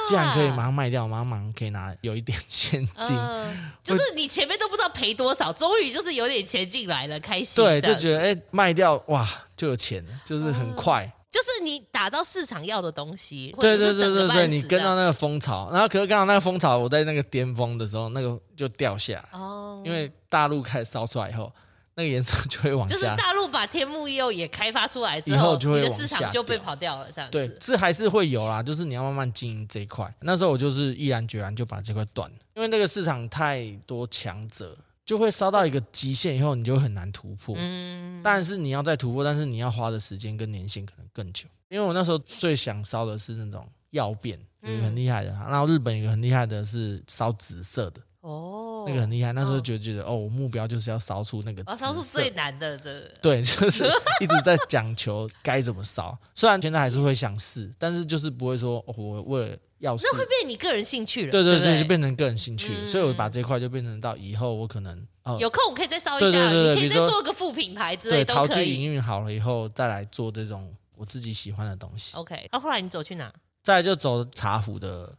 S2: 既然可以马上卖掉，马上马上可以拿有一点 现金。
S1: 嗯，就是你前面都不知道赔多少，终于就是有点钱进来了，开心。
S2: 对，
S1: 这
S2: 就
S1: 样
S2: 觉得哎、卖掉哇就有钱了，就是
S1: 嗯
S2: 很快。
S1: 就是你打到市场要的东西，或
S2: 对
S1: 者是
S2: 对对
S1: 等着
S2: 对
S1: 半
S2: 对，
S1: 死
S2: 你
S1: 这
S2: 跟
S1: 样
S2: 到那个风潮，然后可是刚好那个风潮，我在那个巅峰的时候，那个就掉下来，
S1: 哦，
S2: 因为大陆开始烧出来以后，那个颜色就会往
S1: 就是
S2: 下。
S1: 大陆把天幕釉也开发出来之
S2: 以
S1: 后，
S2: 后就会
S1: 你的
S2: 往
S1: 市
S2: 下
S1: 场就被
S2: 掉
S1: 跑掉了，这样
S2: 对
S1: 子，。
S2: 是还是会有啦，就是你要慢慢经营这一块。那时候我就是毅然决然就把这块断了，因为那个市场太多强者，就会烧到一个极限以后，你就很难突破。
S1: 嗯，
S2: 但是你要再突破，但是你要花的时间跟年限可能更久。因为我那时候最想烧的是那种药变，
S1: 嗯
S2: 有一个很厉害的，然后日本有一个很厉害的是烧紫色的，
S1: 哦，
S2: 那个很厉害。那时候就觉得哦，我目标就是要烧出那个
S1: 我嗯哦烧出
S2: 紫色
S1: 最难的这个
S2: 对，就是一直在讲求该怎么烧。虽然现在还是会想试，但是就是不会说、哦、我为了要试，
S1: 会变你个人兴趣了，
S2: 对
S1: 对
S2: 对
S1: 不
S2: 对，就变成个人兴趣。
S1: 嗯
S2: 所以我把这块就变成到以后我可能哦。
S1: 有空我可以再烧一下，
S2: 对对对对
S1: 你可以
S2: 比如
S1: 再
S2: 说
S1: 做个副品牌之
S2: 对，
S1: 类都
S2: 淘
S1: 可
S2: 气
S1: 以。
S2: 营运好了以后，再来做这种我自己喜欢的东西。
S1: OK，那、后来你走去哪？
S2: 再来就走茶壶的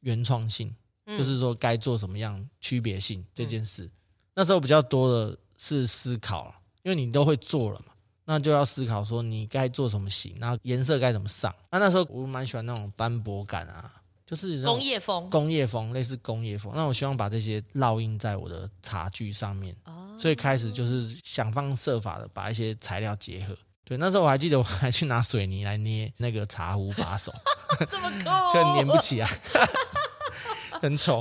S2: 原创性，
S1: 嗯
S2: 就是说该做什么样区别性这件事。那时候比较多的是思考了，因为你都会做了嘛，那就要思考说你该做什么型，然后颜色该怎么上。那那时候我蛮喜欢那种斑驳感啊，就是那种
S1: 工业 风
S2: 工业风，类似工业风。那我希望把这些烙印在我的茶具上面，
S1: 哦
S2: 所以开始就是想方设法的把一些材料结合。对，那时候我还记得，我还去拿水泥来捏那个茶壶把手。
S1: 哦这么高
S2: 就粘不起来。啊 很丑，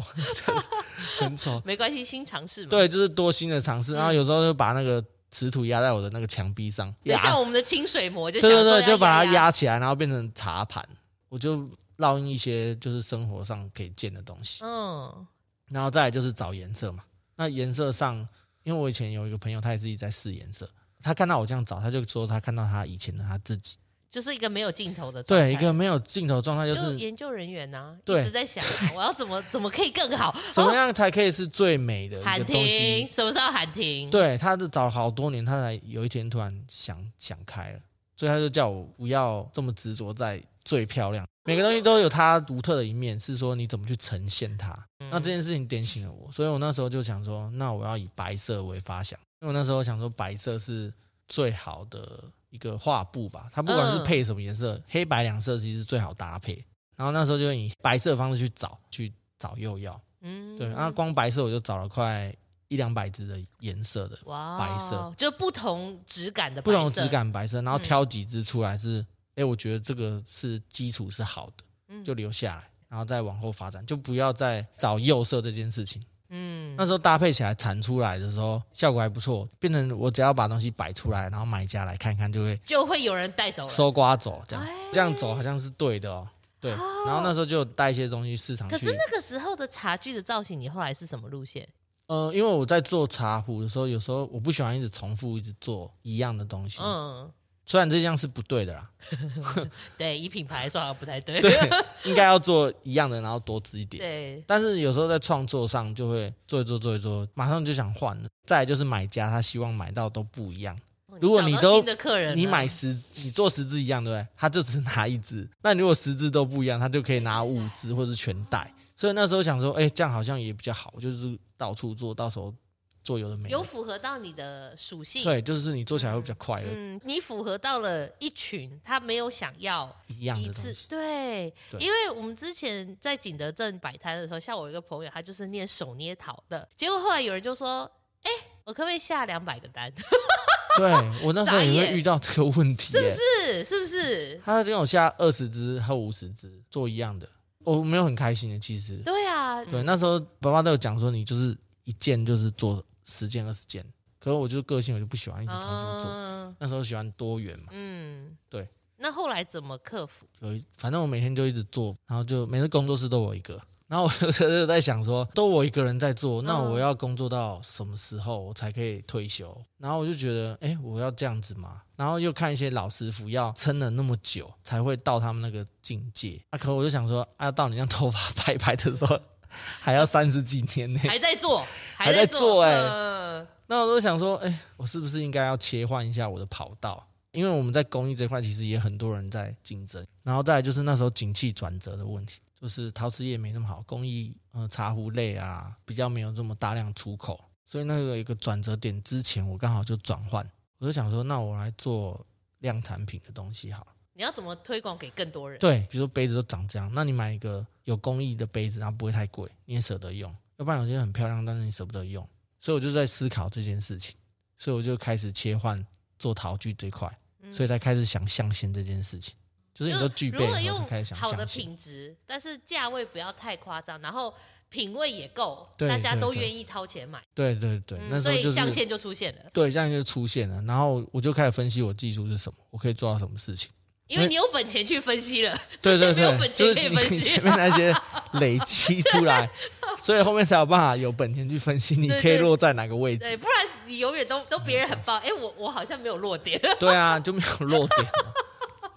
S2: 很丑。
S1: 没关系，新尝试嘛。，
S2: 对，就是多新的尝试，然后有时候就把那个瓷土压在我的那个墙壁上，
S1: 就
S2: 压，
S1: 像我们的清水膜，就
S2: 对对
S1: 想说
S2: 对，
S1: 要
S2: 就把它
S1: 压
S2: 压起来，然后变成茶盘，我就烙印一些就是生活上可以见的东西，
S1: 嗯
S2: 然后再来就是找颜色嘛。那颜色上，因为我以前有一个朋友，他也自己在试颜色，他看到我这样找，他就说他看到他以前的他自己，，
S1: 就是一个没有尽头的状态
S2: 对，一个没有镜头状态，就
S1: 就是研究人员呐、一
S2: 对
S1: 直在想啊、我要怎么怎么可以更 好，
S2: 怎么
S1: 哦
S2: 样才可以是最美的一
S1: 喊
S2: 个东西
S1: 停，。什么时候喊停？
S2: 对，他是找了好多年，他才有一天突然想想开了，所以他就叫我不要这么执着在最漂亮。每个东西都有它独特的一面，是说你怎么去呈现它。
S1: 嗯
S2: 那这件事情点醒了我，所以我那时候就想说，那我要以白色为发想，因为我那时候想说白色是最好的一个画布吧，它不管是
S1: 嗯
S2: 配什么颜色，黑白两色其实是最好搭配。然后那时候就以白色的方式去找，去找釉药。
S1: 嗯
S2: 对，那光白色我就找了快一两百支的颜色的
S1: 哇哦
S2: 白色，
S1: 就不同质感的白
S2: 不
S1: 色
S2: 同质，感白色，然后
S1: 嗯
S2: 挑几支出来是，哎、我觉得这个是基础是好的，
S1: 嗯
S2: 就留下来，然后再往后发展，就不要再找釉色这件事情。
S1: 嗯
S2: 那时候搭配起来产出来的时候，效果还不错，变成我只要把东西摆出来，然后买家来看看就会
S1: 就会有人带走了。
S2: 收刮走，这样
S1: 哎
S2: 这样走好像是对的哦。对，然后那时候就带一些东西市场去。
S1: 可是那个时候的茶具的造型，你后来是什么路线？
S2: 呃，因为我在做茶壶的时候，有时候我不喜欢一直重复一直做一样的东西，
S1: 嗯，
S2: 虽然这样是不对的啦，
S1: 对，以品牌来说好像不太对。
S2: 对， 应该要做一样的，然后多吃一点。
S1: 对
S2: 但是有时候在创作上就会做一做做一做，马上就想换了。再来就是买家他希望买到都不一样，如果你
S1: 哦找到
S2: 都
S1: 新的客人了，
S2: 你买十你做十支一样，对不对？他就只拿一支。那如果十支都不一样，他就可以拿五支或是全袋。所以那时候想说，哎、这样好像也比较好，就是到处做，到时候做有的没
S1: 有
S2: 的。
S1: 符合到你的属性，
S2: 对，就是你做起来会比较快乐，
S1: 嗯，你符合到了一群他没有想要
S2: 一样
S1: 一
S2: 的东
S1: 次
S2: 西。
S1: 对，
S2: 对
S1: 因为我们之前在景德镇摆摊的时候，像我有一个朋友，他就是念手捏陶的，结果后来有人就说：“哎、我可不可以下两百个单？
S2: 对我那时候也
S1: 傻
S2: 会
S1: 眼
S2: 遇到这个问题、耶。
S1: 是是不是？
S2: 他就跟我下二十只和五十只做一样的，我没有很开心的，其实。
S1: 对啊，
S2: 对，那时候爸爸都有讲说，你就是一件就是做十件二十件，可是我就个性我就不喜欢一直重复做，
S1: 嗯
S2: 那时候喜欢多元嘛，
S1: 嗯，
S2: 对。
S1: 那后来怎么克 服？
S2: 有一反正我每天就一直做，然后就每次工作室都我一个，然后我就在想说，都我一个人在做，那
S1: 嗯
S2: 我要工作到什么时候我才可以退休？然后我就觉得，哎、我要这样子嘛，然后又看一些老师傅要撑了那么久才会到他们那个境界，啊，可我就想说，啊，到你那头发白白的时候，还要三十几年呢、
S1: 还在做，
S2: 还
S1: 在
S2: 在做哎
S1: 嗯
S2: 那我就想说，哎、我是不是应该要切换一下我的跑道？因为我们在公益这块，其实也很多人在竞争。然后再来就是那时候景气转折的问题，就是陶瓷业没那么好，工艺呃茶壶类啊比较没有这么大量出口，所以那个有一个转折点之前，我刚好就转换，我就想说，那我来做量产品的东西好了。
S1: 你要怎么推广给更多人？
S2: 对，比如说杯子都长这样，那你买一个有工艺的杯子，然后不会太贵，你也舍得用；要不然有些很漂亮，但是你舍不得用。所以我就在思考这件事情，所以我就开始切换做陶具这块，
S1: 嗯
S2: 所以才开始想象限这件事情。就是你都具备
S1: 如果
S2: 了，然后
S1: 用
S2: 才开始想
S1: 好的
S2: 象限。
S1: 品质，但是价位不要太夸张，然后品味也够，
S2: 对
S1: 大家
S2: 对
S1: 都
S2: 对
S1: 愿意掏钱买，
S2: 对对对，
S1: 嗯
S2: 那时
S1: 所
S2: 候
S1: 以
S2: 就是
S1: 象限就出现了。
S2: 对，这样就出现了。然后我就开始分析我技术是什么，我可以做到什么事情。
S1: 因为你有本钱去分析了，
S2: 对对
S1: 之前没有
S2: 对，
S1: 本钱
S2: 就
S1: 可
S2: 是
S1: 以分析
S2: 你前。面那些累积出 来，所以后面才有办法有本钱去分析你
S1: 对
S2: 可以
S1: 对
S2: 落在哪个位置。
S1: 对，不然 你永远都都别人很棒，哎，我我好像没有落 点。
S2: 对啊，就没有落点了，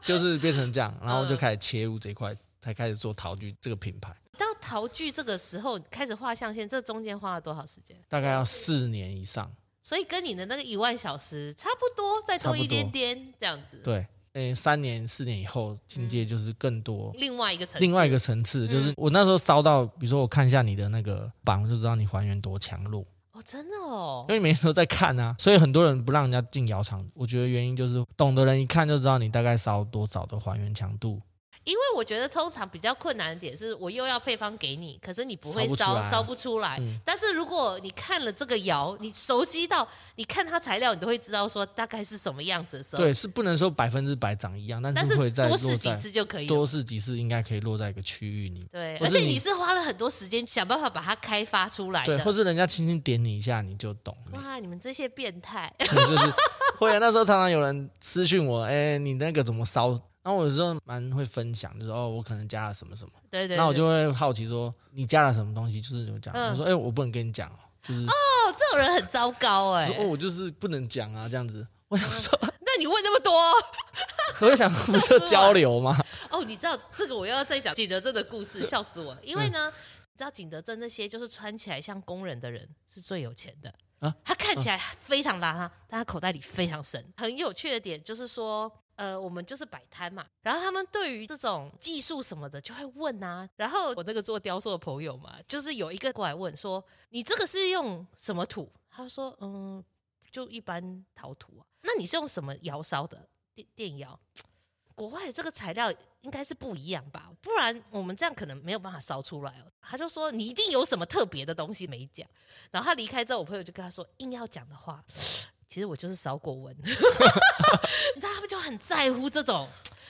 S2: 就是变成这样，然后就开始切入这一块，才开始做陶具这个品牌，
S1: 到陶具这个时候你开始画象限，这中间花了多少时间？
S2: 大概要四年以上。
S1: 所以跟你的那个一万小时差不多，再
S2: 差
S1: 多
S2: 不多
S1: 一点点这样子。
S2: 对，诶、三年四年以后，境界就是更多。
S1: 另外一个层次，
S2: 另外一个层
S1: 嗯
S2: 次就是，我那时候烧到，比如说我看一下你的那个板，我就知道你还原多强弱，
S1: 哦，真的哦
S2: 因，为你每天都在看啊，所以很多人不让人家进窑厂。我觉得原因就是，懂的人一看就知道你大概烧多少的还原强度，
S1: 因为我觉得通常比较困难的点是我又要配方给你，可是你不会
S2: 烧不出
S1: 烧
S2: 来
S1: 烧不出来。
S2: 嗯
S1: 但是如果你看了这个窑，你熟悉到你看它材料，你都会知道说大概是什么样子的时候，
S2: 对，是不能说百分之百长一样，但
S1: 但
S2: 是
S1: 是
S2: 会在
S1: 多
S2: 落
S1: 试几
S2: 在
S1: 次就可以了。
S2: 多试几次，应该可以落在一个区域里面。
S1: 对，
S2: 或
S1: 而
S2: 是
S1: 且你
S2: 你
S1: 是花了很多时间想办法把它开发出来
S2: 对，
S1: 的。
S2: 或是人家轻轻点你一下，你就懂了。
S1: 哇，你们这些变态！
S2: 可能 就是会啊，那时候常常有人私讯我，哎、你那个怎么烧？然后我有时候蛮会分享，就是哦，我可能加了什么什么，
S1: 对对对，
S2: 那我就会好奇说你加了什么东西，就是怎么讲？
S1: 嗯
S2: 我说哎、我不能跟你讲哦，就是、
S1: 哦，这种人很糟糕哎、
S2: 我说哦，我就是不能讲啊，这 样子。我想说，
S1: 那你问那么多
S2: 我就想不就交流吗？
S1: 哦，你知道这个我又要再讲景德镇的故事，笑死我了！因为呢，你知道景德镇那些就是穿起来像工人的人是最有钱的
S2: 啊
S1: 他看起来非常邋遢，但他口袋里非常深。很有趣的点就是说。呃，我们就是摆摊嘛，然后他们对于这种技术什么的就会问啊。然后我那个做雕塑的朋友嘛，就是有一个过来问说：“你这个是用什么土？”他说：“嗯，就一般陶土啊。”那你是用什么窑烧的？电电窑？国外的这个材料应该是不一样吧，不然我们这样可能没有办法烧出来哦。他就说你一定有什么特别的东西没讲。然后他离开之后，我朋友就跟他说，硬要讲的话，其实我就是烧过文。 你知道他们就很在乎这种，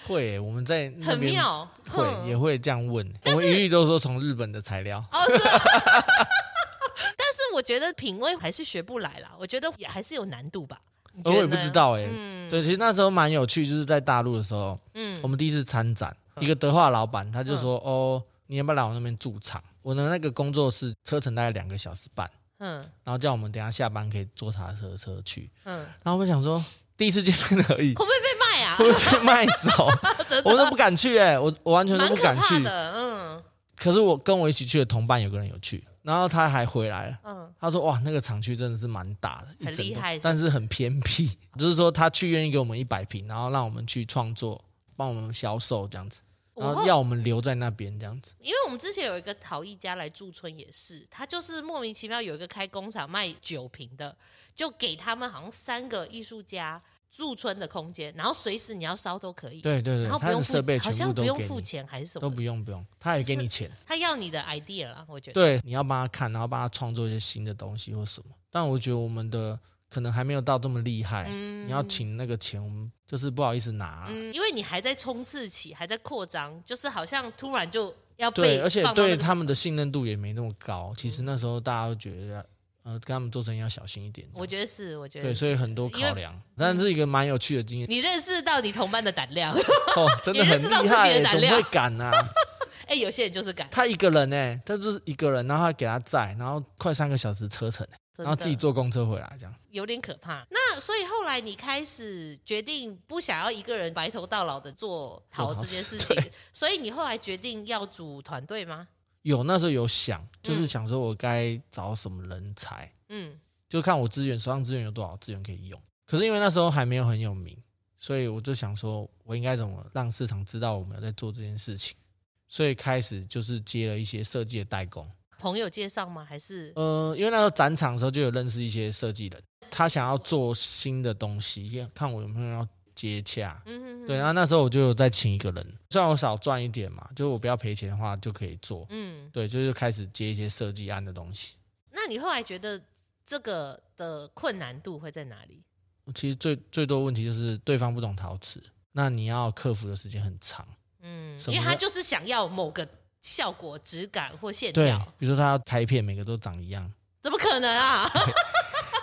S2: 会，我们在那
S1: 很
S2: 边
S1: 妙，
S2: 会也
S1: 嗯
S2: 会这样问，我们一律都说从日本的材料。
S1: 哦是。但是我觉得品味还是学不来啦，我觉得也还是有难度吧。你觉
S2: 呃
S1: 得
S2: 我也不
S1: 呢
S2: 知，道哎、
S1: 嗯
S2: 对，其实那时候蛮有趣，就是在大陆的时候，我
S1: 嗯，
S2: 们第一次参展，一个德化老板他就说：“哦，你要不要来我那边驻场？我的那个工作室车程大概两个小时半，
S1: 嗯
S2: 然后叫我们等一下下班可以坐他的车车去。
S1: 嗯，”
S2: 然后我想说，第一次见面 而已，
S1: 会不会被卖啊？
S2: 会不会被卖走？
S1: 真
S2: 我
S1: 的
S2: 都不敢去哎、我我完全都
S1: 蛮
S2: 不
S1: 可
S2: 敢
S1: 怕
S2: 去。
S1: 的，嗯
S2: 可是我跟我一起去的同伴有个人有去，然后他还回来了。
S1: 嗯，
S2: 他说：“哇，那个厂区真的是蛮大的，一
S1: 很
S2: 整
S1: 厉
S2: 栋
S1: 害是
S2: 但是很偏僻。就是说，他去愿意给我们一百平，然后让我们去创作，帮我们销售这样子，
S1: 我
S2: 然后
S1: 后嗯
S2: 要我们留在那边这样子。
S1: 因为我们之前有一个陶艺家来驻村也是，他就是莫名其妙有一个开工厂卖酒瓶的，就给他们好像三个艺术家驻村的空间，然后随时你要烧都可以，
S2: 对对对，
S1: 然后不
S2: 他
S1: 用
S2: 的
S1: 付
S2: 设备
S1: 好
S2: 全部
S1: 像不
S2: 都
S1: 用
S2: 给
S1: 付
S2: 你，
S1: 钱还是什
S2: 都
S1: 么的，
S2: 不用不用，他也给你钱。
S1: 他要你的 idea 啦，我觉得。
S2: 对，你要帮他看，然后帮他创作一些新的东西或什么。但我觉得我们的可能还没有到这么厉害。
S1: 嗯
S2: 你要请那个钱，我们就是不好意思拿。啊
S1: 嗯，因为你还在冲刺期，还在扩张，就是好像突然就要被
S2: 对，而且
S1: 放到那
S2: 对
S1: 个
S2: 他们的信任度也没那么高。其实那时候大家都觉得，呃，跟他们做生意要小心一点。
S1: 我觉得是，我觉得
S2: 对，
S1: 是
S2: 所以很多考量，但是一个蛮有趣的经验
S1: 你认识到你同伴的胆量，
S2: 哦，真的
S1: 你
S2: 很
S1: 认识到
S2: 厉
S1: 自己
S2: 害、
S1: 的
S2: 欸，
S1: 胆
S2: 怎么
S1: 量
S2: 会敢呢、啊？
S1: 哎、有些人就是敢，
S2: 他一个人哎、他就是一个人，然后还给他载，然后快三个小时车程欸、
S1: 真
S2: 然后
S1: 的
S2: 自己坐公车回来，这样
S1: 有点可怕。那所以后来你开始决定不想要一个人白头到老的做陶这件事情
S2: 做陶，
S1: 所以你后来决定要组团队吗？
S2: 有那时候有想，就是想说我该找什么人才，
S1: 嗯，
S2: 就看我资源手上资源有多少资源可以用。可是因为那时候还没有很有名，所以我就想说，我应该怎么让市场知道我们有在做这件事情。所以开始就是接了一些设计的代工，
S1: 朋友介绍吗？还是
S2: 嗯、因为那时候展场的时候就有认识一些设计人，他想要做新的东西，看我有没有要接洽。
S1: 嗯，
S2: 对，然后那时候我就有再请一个人，虽然我少赚一点嘛，就是我不要赔钱的话就可以做。
S1: 嗯，
S2: 对，就是开始接一些设计案的东西。
S1: 那你后来觉得这个的困难度会在哪里？
S2: 其实最最多问题就是对方不懂陶瓷，那你要克服的时间很长。
S1: 嗯，
S2: 什
S1: 因
S2: 么
S1: 为他就是想要某个效果、质感或线
S2: 对
S1: 条，，
S2: 比如说他要开片，每个都长一样，
S1: 怎么可能啊？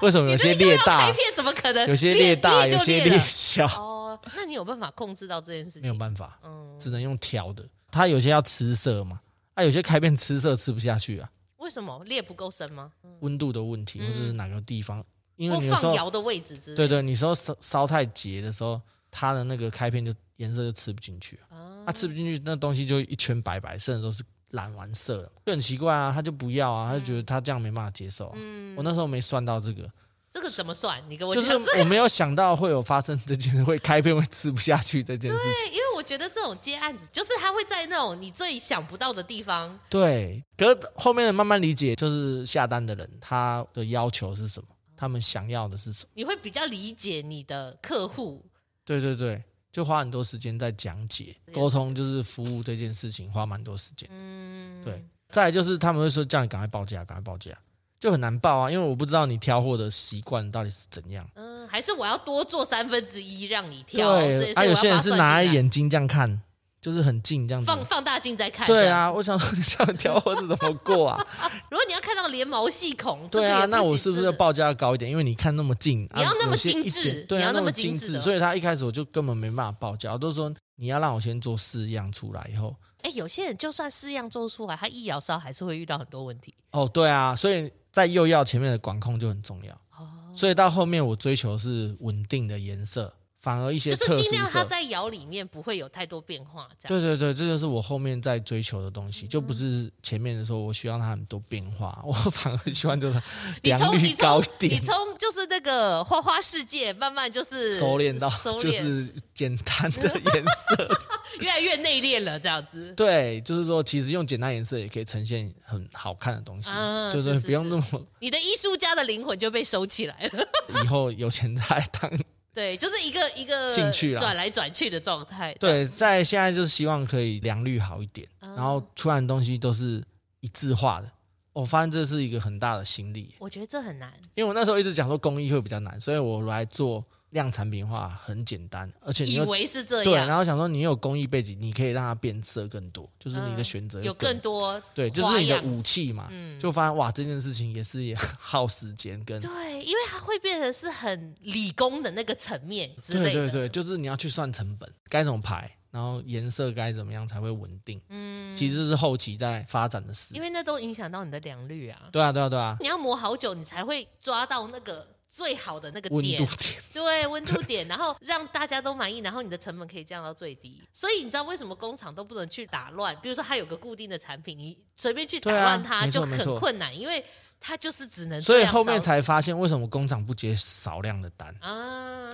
S2: 为什么有些裂大
S1: 开，片怎么可能？
S2: 有些裂大，
S1: 裂
S2: 有
S1: 就
S2: 些
S1: 裂
S2: 裂
S1: 了
S2: 小，
S1: 哦，那你有办法控制到这件事情？
S2: 没有办法，
S1: 嗯，
S2: 只能用挑的。他有些要吃色嘛，啊，有些开片吃色吃不下去啊，
S1: 为什么裂不够深吗？
S2: 温度的问题，或者是
S1: 嗯
S2: 哪个地方，因为
S1: 或
S2: 你有时
S1: 放
S2: 候
S1: 窑的位置之类的。
S2: 对对，你说烧烧太结的时候，它的那个开片就颜色就吃不进去啊。
S1: 啊
S2: 它、吃不进去，那东西就一圈白白，甚至都是染完色了，就很奇怪啊。他就不要啊，他就觉得他这样没办法接受、啊。我那时候没算到这个，
S1: 这个怎么算？你跟我
S2: 就
S1: 讲，
S2: 是
S1: 这
S2: 我没有想到会有发生这件事， 会开片会吃不下去这件事情。
S1: 对，因为我觉得这种接案子，就是他会在那种你最想不到的地方，
S2: 对，可是后面的慢慢理解，就是下单的人他的要求是什么，他们想要的是什么。
S1: 你会比较理解你的客户。
S2: 对对对，就花很多时间在讲解、沟通，就是服务这件事情花蛮多时间。
S1: 嗯，
S2: 对，再来就是他们会说叫你赶快报价，赶快报价，就很难报啊，因为我不知道你挑货的习惯到底是怎样。
S1: 嗯，还是我要多做三分之一让你挑，这
S2: 对
S1: 也，是
S2: 啊，
S1: 我
S2: 有
S1: 要
S2: 些人
S1: 把它
S2: 是
S1: 算
S2: 拿
S1: 进来
S2: 眼睛这样看，就是很近这样子。
S1: 放放大镜再看。
S2: 对
S1: 这样
S2: 啊，我想说 你这样挑货是怎么 过啊？
S1: 子，如果你要看到连毛细孔，这个
S2: 对
S1: 也
S2: 啊，
S1: 不
S2: 那
S1: 行
S2: 我是不是
S1: 真
S2: 要
S1: 的
S2: 报价高一点？因为你看那么近，
S1: 你要
S2: 啊
S1: 那么
S2: 有些
S1: 精
S2: 一
S1: 致
S2: 点对
S1: 你
S2: 啊，
S1: 要
S2: 那
S1: 那
S2: 么
S1: 么精
S2: 精
S1: 致
S2: 致，
S1: 的
S2: 所以他一开始我就根本没办法报价，我都说你要让我先做四样出来以后，
S1: 哎，有些人就算式样做出来，他一咬烧还是会遇到很多问题。
S2: 哦，对啊，所以在右药前面的管控就很重要，
S1: 哦，
S2: 所以到后面我追求是稳定的颜色，反而一些
S1: 就
S2: 特
S1: 是
S2: 殊
S1: 尽量它
S2: 色。
S1: 在窑里面不会有太多变化，这样。
S2: 对对对，这就是我后面在追求的东西，
S1: 嗯
S2: 就不是前面的时候我需要它很多变化，我 反而喜欢就是
S1: 你
S2: 良
S1: 从
S2: 率
S1: 你从
S2: 高一
S1: 你
S2: 点，
S1: 从就是那个花花世界，慢慢就是
S2: 收敛到
S1: 收敛，
S2: 就是简单的颜色。
S1: 越来越内敛了，这样子。
S2: 对，就是说，其实用简单颜色也可以呈现很好看的东西，
S1: 啊
S2: 就是
S1: 是
S2: 不用那么。
S1: 你的艺术家的灵魂就被收起来了。
S2: 以后有钱再当。
S1: 对，就是一个一个
S2: 兴趣啦
S1: 转来转去的状态。
S2: 对，在现在就是希望可以良率好一点，
S1: 啊
S2: 然后出来的东西都是一致化的。哦我发现这是一个很大的心力，
S1: 我觉得这很难。
S2: 因为我那时候一直讲说工艺会比较难，所以我来做量产品化很简单，而且你
S1: 以
S2: 又
S1: 为是这
S2: 对，
S1: 样，
S2: 然后想说你有工艺背景，你可以让它变色更多，就是你
S1: 嗯
S2: 的选择
S1: 有
S2: 更
S1: 更多
S2: 对，就是
S1: 花
S2: 你的
S1: 样
S2: 武器嘛，
S1: 嗯
S2: 就发现哇，这件事情也是也耗时间跟
S1: 对，因为它会变得是很理工的那个层面之类
S2: 对
S1: 的。
S2: 对对，就是你要去算成本，该怎么排，然后颜色该怎么样才会稳定，
S1: 嗯，
S2: 其实是后期在发展的事
S1: 因。为那都影响到你的良率啊。
S2: 对啊，对啊，对啊，
S1: 你要磨好久，你才会抓到那个最好的那个
S2: 温度
S1: 点，
S2: 点
S1: 对温度点，然后让大家都满意，然后你的成本可以降到最低。所以你知道为什么工厂都不能去打乱？比如说它有个固定的产品，你随便去打
S2: 对啊
S1: 乱它
S2: 没错
S1: 就
S2: 没
S1: 很
S2: 错
S1: 困难，因为它就是只能
S2: 所
S1: 这
S2: 以
S1: 样
S2: 后面
S1: 烧
S2: 才发现为什么工厂不接少量的 单。
S1: 啊，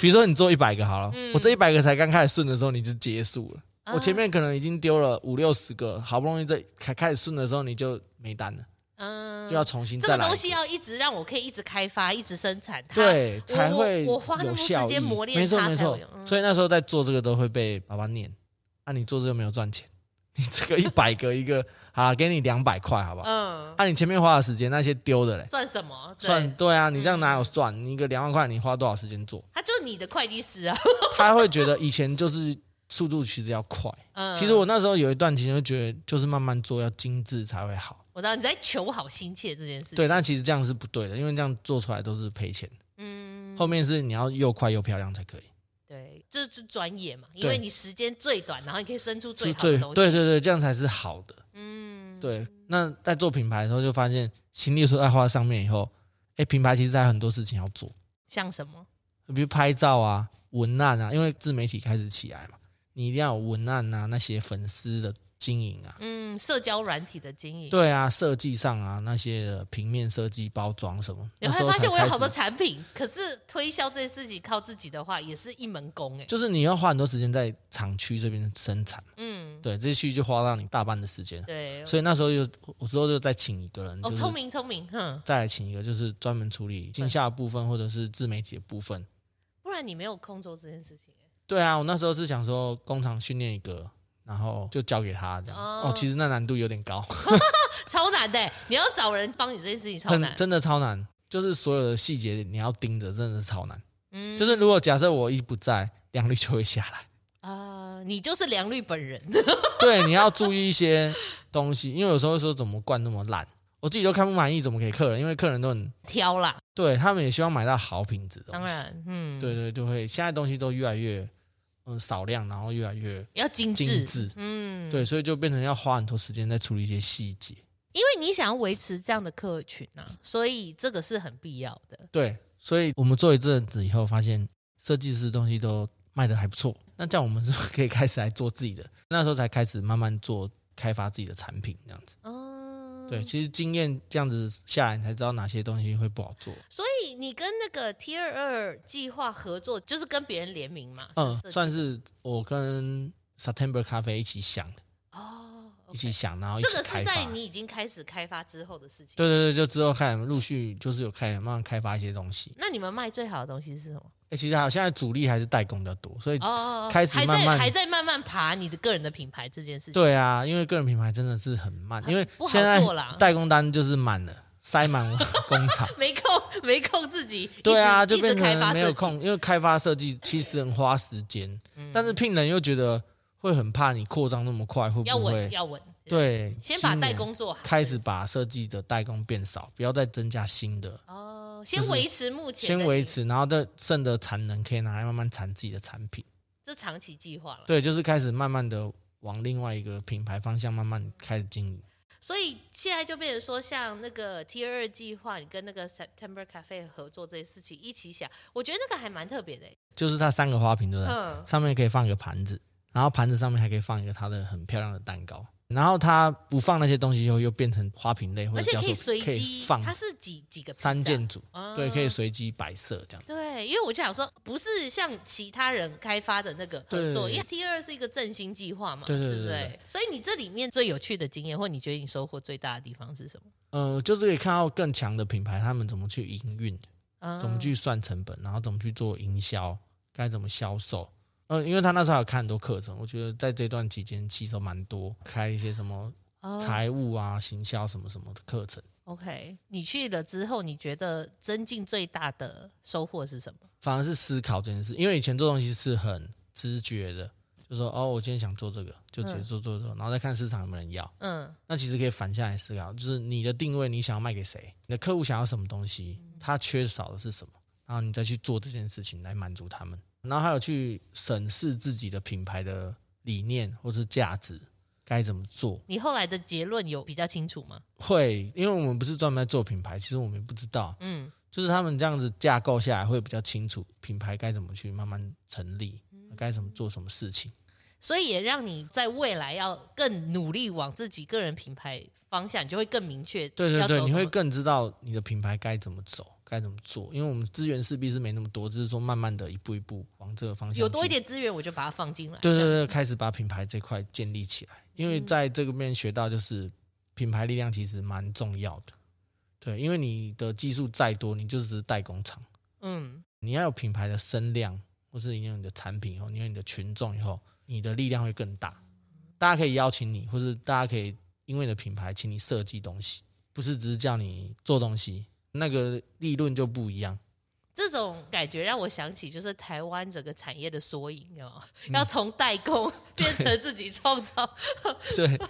S2: 比如说你做一百个好了，
S1: 嗯
S2: 我这一百个才刚开始顺的时候你就结束了，
S1: 啊
S2: 我前面可能已经丢了五六十个，好不容易这开开始顺的时候你就没单了，
S1: 嗯，
S2: 就要重新
S1: 这
S2: 再
S1: 个
S2: 来
S1: 东。西要一直让我可以一直开发，一直生产它。
S2: 对，
S1: 我
S2: 才会
S1: 我花那么多
S2: 有效
S1: 时间
S2: 益
S1: 磨练
S2: 没错
S1: 它
S2: 没
S1: 才有
S2: 错
S1: 用。嗯
S2: 所以那时候在做这个都会被爸爸念，啊，你做这个没有赚钱，你这个一百个一个，啊，给你两百块好不好？
S1: 嗯，
S2: 啊，你前面花的时间那些丢的嘞，
S1: 算什么？对嗯
S2: 算，对啊，你这样哪有赚？你一个两万块，你花多少时间做？
S1: 他就是你的会计师啊。
S2: 他会觉得以前就是速度其实要快，
S1: 嗯，
S2: 其实我那时候有一段期间就觉得就是慢慢做要精致才会好，
S1: 我知道你在求好心切这件事情。
S2: 对，但其实这样是不对的，因为这样做出来都是赔钱。
S1: 嗯，
S2: 后面是你要又快又漂亮才可以。
S1: 对，这是专业嘛，因为你时间最短，然后你可以生出最
S2: 是
S1: 好的
S2: 最
S1: 东西。
S2: 对对对，这样才是好的。
S1: 嗯，
S2: 对，那在做品牌的时候，就发现心力说在花上面以后，哎，品牌其实还有很多事情要做，
S1: 像什么？
S2: 比如拍照啊、文案啊，因为自媒体开始起来嘛，你一定要有文案啊，那些粉丝的经营啊，
S1: 嗯，社交软体的经营。，
S2: 对啊，设计上啊，那些的平面设计、包装什么，
S1: 你
S2: 那时
S1: 会
S2: 候
S1: 发现
S2: 才
S1: 我有
S2: 开
S1: 好
S2: 始
S1: 多产品，可是推销这件事情靠自己的话，也是一门功哎。
S2: 就是你要花很多时间在厂区这边生产，
S1: 嗯，
S2: 对，这去就花到你大半的时间，
S1: 对，
S2: 所以那时候就我之后就再请一个人，
S1: 哦，
S2: 就是
S1: 聪明聪明，哼。
S2: 再来请一个，就是专门处理线下的部分或者是自媒体的部分。
S1: 不然你没有空做这件事情、哎
S2: 对啊，我那时候是想说工厂训练一个，然后就交给他这样。哦
S1: 哦
S2: 其实那难度有点高，
S1: 超难的、你要找人帮你这件事情超
S2: 很
S1: 难。
S2: 真的超难，就是所有的细节你要盯着，真的是超难。
S1: 嗯
S2: 就是如果假设我一不在，良率就会下来。
S1: 啊、你就是良率本人。
S2: 对，你要注意一些东西，因为有时候会说怎么灌那么烂，我自己都看不满意，怎么给客人？因为客人都很
S1: 挑啦，
S2: 对他们也希望买到好品质的东
S1: 当
S2: 西。
S1: 然，嗯，
S2: 对，对，就会现在东西都越来越嗯少量，然后越来越
S1: 要精致，
S2: 精致。
S1: 嗯，
S2: 对，，所以就变成要花很多时间在处理一些细节。
S1: 因为你想要维持这样的客群啊，所以这个是很必要的。
S2: 对，所以我们做一阵子以后，发现设计师的东西都卖的还不错。那这样我们是不是可以开始来做自己的？那时候才开始慢慢做开发自己的产品，这样子。
S1: 嗯，
S2: 对，，其实经验这样子下来，你才知道哪些东西会不好做。
S1: 所以你跟那个 T 二二计划合作，就是跟别人联名嘛，
S2: 嗯
S1: 是不，是
S2: 算是我跟 September 咖啡一起想的，
S1: 哦，
S2: 一起想，然后一起
S1: 这个
S2: 开
S1: 是
S2: 发。
S1: 在你已经开始开发之后的事情。
S2: 对对对，就之后看陆续就是有开慢慢开发一些东西。
S1: 那你们卖最好的东西是什么？
S2: 哎、其实好，现在主力还是代工比较多，所以、
S1: 哦哦，哦
S2: 开始
S1: 还
S2: 慢慢
S1: 在还在慢慢爬你的个人的品牌这件事情。，
S2: 对啊，因为个人品牌真的是很慢，因为
S1: 不好
S2: 现在
S1: 做啦
S2: 代工单就是满了，塞满我工 厂。
S1: 没空没空自己一直。
S2: 对啊，
S1: 一
S2: 就
S1: 直
S2: 变
S1: 开发
S2: 成没有
S1: 设计。
S2: 空，因为开发设计其实很花时间，
S1: 嗯
S2: 但是聘人又觉得会很怕你扩张那么快，会
S1: 要
S2: 不
S1: 稳
S2: 会？
S1: 要稳，
S2: 对，
S1: 先把
S2: 今
S1: 代
S2: 年
S1: 工做好。
S2: 开始把设计的代工变少，不要再增加新的，
S1: 哦，先
S2: 就是
S1: 维持目前，
S2: 先维，持，然后再剩的产能可以拿来慢慢产自己的产品。
S1: 这长期计划了。
S2: 对，就是开始慢慢的往另外一个品牌方向慢慢开始经营。
S1: 所以现在就变成说，像那个 T 二计划，你跟那个 September Cafe 合作这些事情一起想，我觉得那个还蛮特别的欸。
S2: 就是它三个花瓶，对不对？
S1: 嗯，
S2: 上面可以放一个盘子，然后盘子上面还可以放一个它的很漂亮的蛋糕。然后它不放那些东西以后，又变成花瓶类或
S1: 而
S2: 者
S1: 且
S2: 雕
S1: 可以
S2: 塑
S1: 随
S2: 品，可
S1: 机
S2: 以，放
S1: 它是几几个 piece 啊
S2: 三件组，
S1: 哦
S2: 对，可以随机摆设这样。
S1: 对，因为我就想说，不是像其他人开发的那个合作，
S2: 对
S1: 因为 T 二是一个振兴计划嘛，
S2: 对对
S1: 对
S2: 对
S1: 不
S2: 对
S1: 对？所以你这里面最有趣的经验，或你觉得你收获最大的地方是什么？
S2: 呃，就是可以看到更强的品牌，他们怎么去营运，
S1: 嗯
S2: 怎么去算成本，然后怎么去做营销，该怎么销售。嗯、因为他那时候还有看很多课程，我觉得在这段期间吸收蛮多，开一些什么
S1: 哦
S2: 财务啊、行销什么什么的课程。
S1: OK，你去了之后，你觉得增进最大的收获是什么？
S2: 反而是思考这件事，因为以前做东西是很直觉的，就说哦，我今天想做这个，就直接做做做，然后再看市场有没有人要。
S1: 嗯，
S2: 那其实可以反下来思考，就是你的定位，你想要卖给谁，你的客户想要什么东西，他缺少的是什么，然后你再去做这件事情来满足他们。然后还有去审视自己的品牌的理念或是价值该怎么做，
S1: 你后来的结论有比较清楚吗？
S2: 会因为我们不是专门在做品牌，其实我们也不知道，
S1: 嗯，
S2: 就是他们这样子架构下来会比较清楚品牌该怎么去慢慢成立，
S1: 嗯
S2: 该怎么做什么事情。
S1: 所以也让你在未来要更努力往自己个人品牌方向，你就会更明确
S2: 对对
S1: 要走
S2: 对，
S1: 什么。
S2: 你会更知道你的品牌该怎么走，该怎么做，因为我们资源势必是没那么多，只是说慢慢的一步一步往这个方向
S1: 有多
S2: 去
S1: 一。点资源，我就把它放进来。
S2: 对对
S1: 这样，
S2: 对，开始把品牌这块建立起来，因为在这个面学到就是品牌力量其实蛮重要的。对，因为你的技术再多，你就只是代工厂。
S1: 嗯，
S2: 你要有品牌的声量，或是你有你的产品以后，你有你的群众以后，你的力量会更大。大家可以邀请你，或是大家可以因为你的品牌，请你设计东西，不是只是叫你做东西，那个利润就不一样。
S1: 这种感觉让我想起，就是台湾整个产业的缩影，你知道吗？
S2: 嗯
S1: 要从代工变成自己创造，
S2: 对，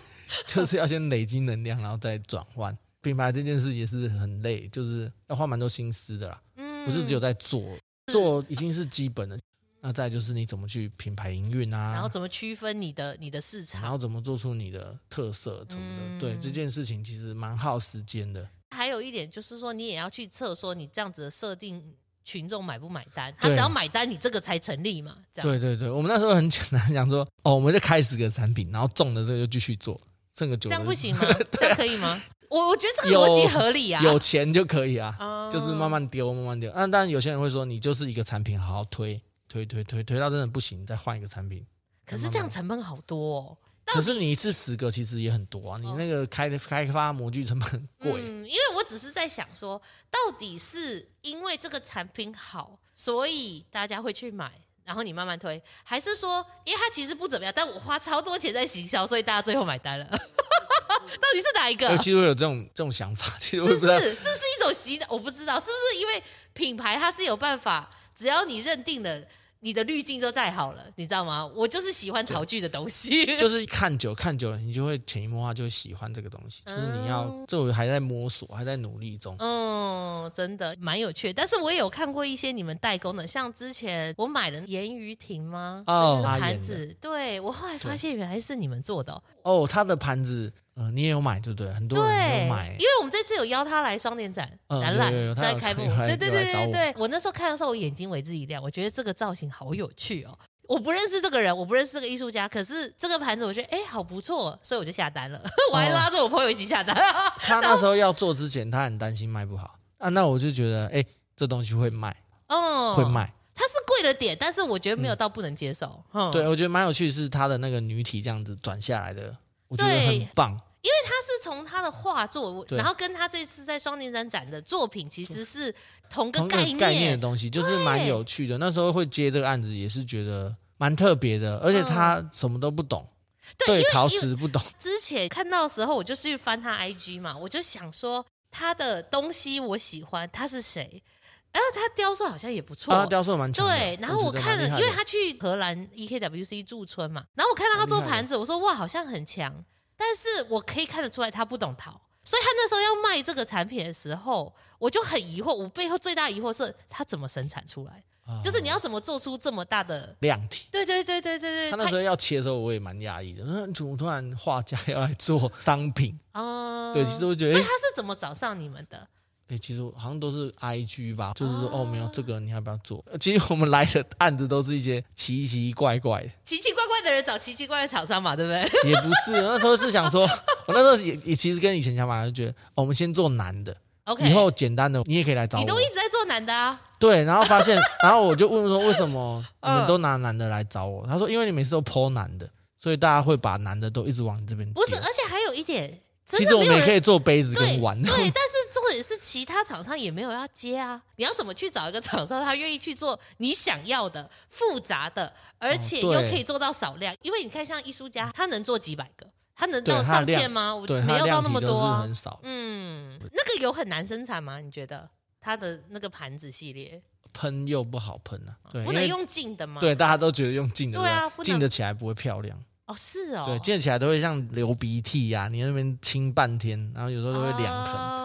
S2: 就是要先累积能量，然后再转换。品牌这件事也是很累，就是要花蛮多心思的啦，
S1: 嗯，
S2: 不是只有在做，做已经是基本的。那再就是你怎么去品牌营运啊，
S1: 然后怎么区分你的你的市场
S2: 然？后怎么做出你的特色什么的，
S1: 嗯
S2: 对这件事情其实蛮耗时间的。
S1: 还有一点就是说，你也要去测说你这样子的设定，群众买不买单？他
S2: 对
S1: 只要买单，你这个才成立嘛。这样
S2: 对对对，我们那时候很简单 讲说，哦，我们就开始个产品，然后中了这个就继续做，挣个酒
S1: 这样不 行吗？这样可以吗？我我觉得这个
S2: 啊有
S1: 逻辑合理啊。
S2: 有钱就可以啊，
S1: 哦
S2: 就是慢慢丢，慢慢丢。那当然有些人会说，你就是一个产品好好推，推推推推到真的不行，再换一个产品。
S1: 可是这样成本好多哦。
S2: 可是你一次十个其实也很多啊，你那个开开发模具成本很贵，哎
S1: 嗯，因为我只是在想说，到底是因为这个产品好，所以大家会去买，然后你慢慢推，还是说，因为它其实不怎么样，但我花超多钱在行销，所以大家最后买 单了？到底是哪一个？
S2: 尤其实会有这种这种想法，其实我
S1: 啊是
S2: 也
S1: 不是
S2: 不知道
S1: 是不是一种洗脑？我不知道是不是因为品牌它是有办法，只要你认定了你的滤镜都带好了，你知道吗？我就是喜欢陶具的东西，
S2: 就是看久看久了，你就会潜移默化就会喜欢这个东西。就是你要，这我还在摸索，还在努力中。
S1: 嗯，真的蛮有趣的。但是我也有看过一些你们代工的，像之前我买的盐鱼亭吗？
S2: 哦
S1: 那个
S2: 阿
S1: 盘
S2: 妍的
S1: 子，对我后来发现原来是你们做的哦、
S2: 哦，它的盘子，呃，你也有买对不对？很多人
S1: 对
S2: 有买，
S1: 因，为我们这次有邀他来双年展
S2: 嗯
S1: 展
S2: 有
S1: 览
S2: 有有，他
S1: 在
S2: 有
S1: 开幕，
S2: 有来
S1: 对对
S2: 有来
S1: 对
S2: 找
S1: 对
S2: 我
S1: 对，我那时候看的时候，我眼睛为之一亮，我觉得这个造型好有趣哦。我不认识这个人，我不认识这个艺术家，可是这个盘子我觉得哎、好不错，所以我就下单了， 我
S2: 哦
S1: 还拉着我朋友一起下单。
S2: 他那时候要做之前，他很担心卖不好啊。那我就觉得，哎，这东西会卖，
S1: 哦，
S2: 会，卖。
S1: 它是贵了点，但是我觉得没有到不能接受。嗯，
S2: 对，我觉得蛮有趣，是它的那个女体这样子转下来的，我我觉得很
S1: 对
S2: 棒。
S1: 因为他是从他的画作，我
S2: 对
S1: 然后跟他这次在双年展展的作品其实是同个
S2: 同一
S1: 概
S2: 个
S1: 念，
S2: 概念的东西，就是蛮
S1: 对
S2: 有趣的。那时候会接这个案子，也是觉得蛮特别的，而且他什么都不懂，
S1: 嗯对因为
S2: 陶瓷不懂，
S1: 之前看到的时候，我就去翻他 IG 嘛，我就想说他的东西我喜欢，他是谁？然后他雕塑好像也不错，
S2: 啊，他雕塑蛮强的。
S1: 对。然后我
S2: 觉得
S1: 看了，
S2: 蛮厉害
S1: 因为
S2: 的
S1: 他去荷兰 E EKWC 驻村嘛，然后我看到他做盘子，我说哇，好像很强，但是我可以看得出来他不懂陶。所以他那时候要卖这个产品的时候，我就很疑惑。我背后最大疑惑是，他怎么生产出来？
S2: 啊
S1: 就是你要怎么做出这么大的？
S2: 量体。
S1: 对对对对对对。
S2: 他那时候要切的时候，我也蛮讶异的。嗯，怎么突然画家要来做商品？
S1: 他哦
S2: 对，其实我觉得
S1: 所以，他是怎么找上你们的？
S2: 哎，其实好像都是 IG 吧，就是说，哦，没有这个，你要不要做？呃其实我们来的案子都是一些奇奇怪怪的，
S1: 奇奇怪怪的人找奇奇怪怪的厂商嘛，对不对？
S2: 也不是。那时候是想说，我那时候也也其实跟以前想法就觉得，哦我们先做男的，
S1: OK，
S2: 以后简单的你也可以来找
S1: 你
S2: 我
S1: 都。一直在做男的啊，
S2: 对，然后 发现，然后我就问说为什么你
S1: 嗯
S2: 们都拿男的来找我？他说因为你每次都剖男的，所以大家会把男的都一直往你这边
S1: 不是？
S2: 丢
S1: 而且还有一点，真
S2: 其实
S1: 的
S2: 我
S1: 没
S2: 们
S1: 有
S2: 也可
S1: 人
S2: 以做杯子
S1: 对
S2: 跟 碗。
S1: 对，但是重点是其他厂商也没有要接啊。你要怎么去找一个厂商，他愿意去做你想要的复杂的，而且又
S2: 哦对
S1: 可以做到少量？因为你看，像艺术家，他能做几百个，他能
S2: 对
S1: 到
S2: 他的
S1: 上千
S2: 量
S1: 吗？我
S2: 对，
S1: 没
S2: 它的
S1: 有到
S2: 量
S1: 那
S2: 体
S1: 么
S2: 都
S1: 多
S2: 是
S1: 啊。
S2: 很少，
S1: 嗯，那个有很难生产吗？你觉得他的那个盘子系列
S2: 喷又不好喷啊。对，
S1: 嗯不
S2: 因
S1: 能
S2: 为
S1: 用近的吗？
S2: 对，大家都觉得用近的，
S1: 对啊
S2: 吧
S1: 不能
S2: 近的起来不会漂亮，
S1: 哦，是哦，
S2: 对，近的起来都会像流鼻涕呀，你那边清半天，然后有时候都会两痕，
S1: 哦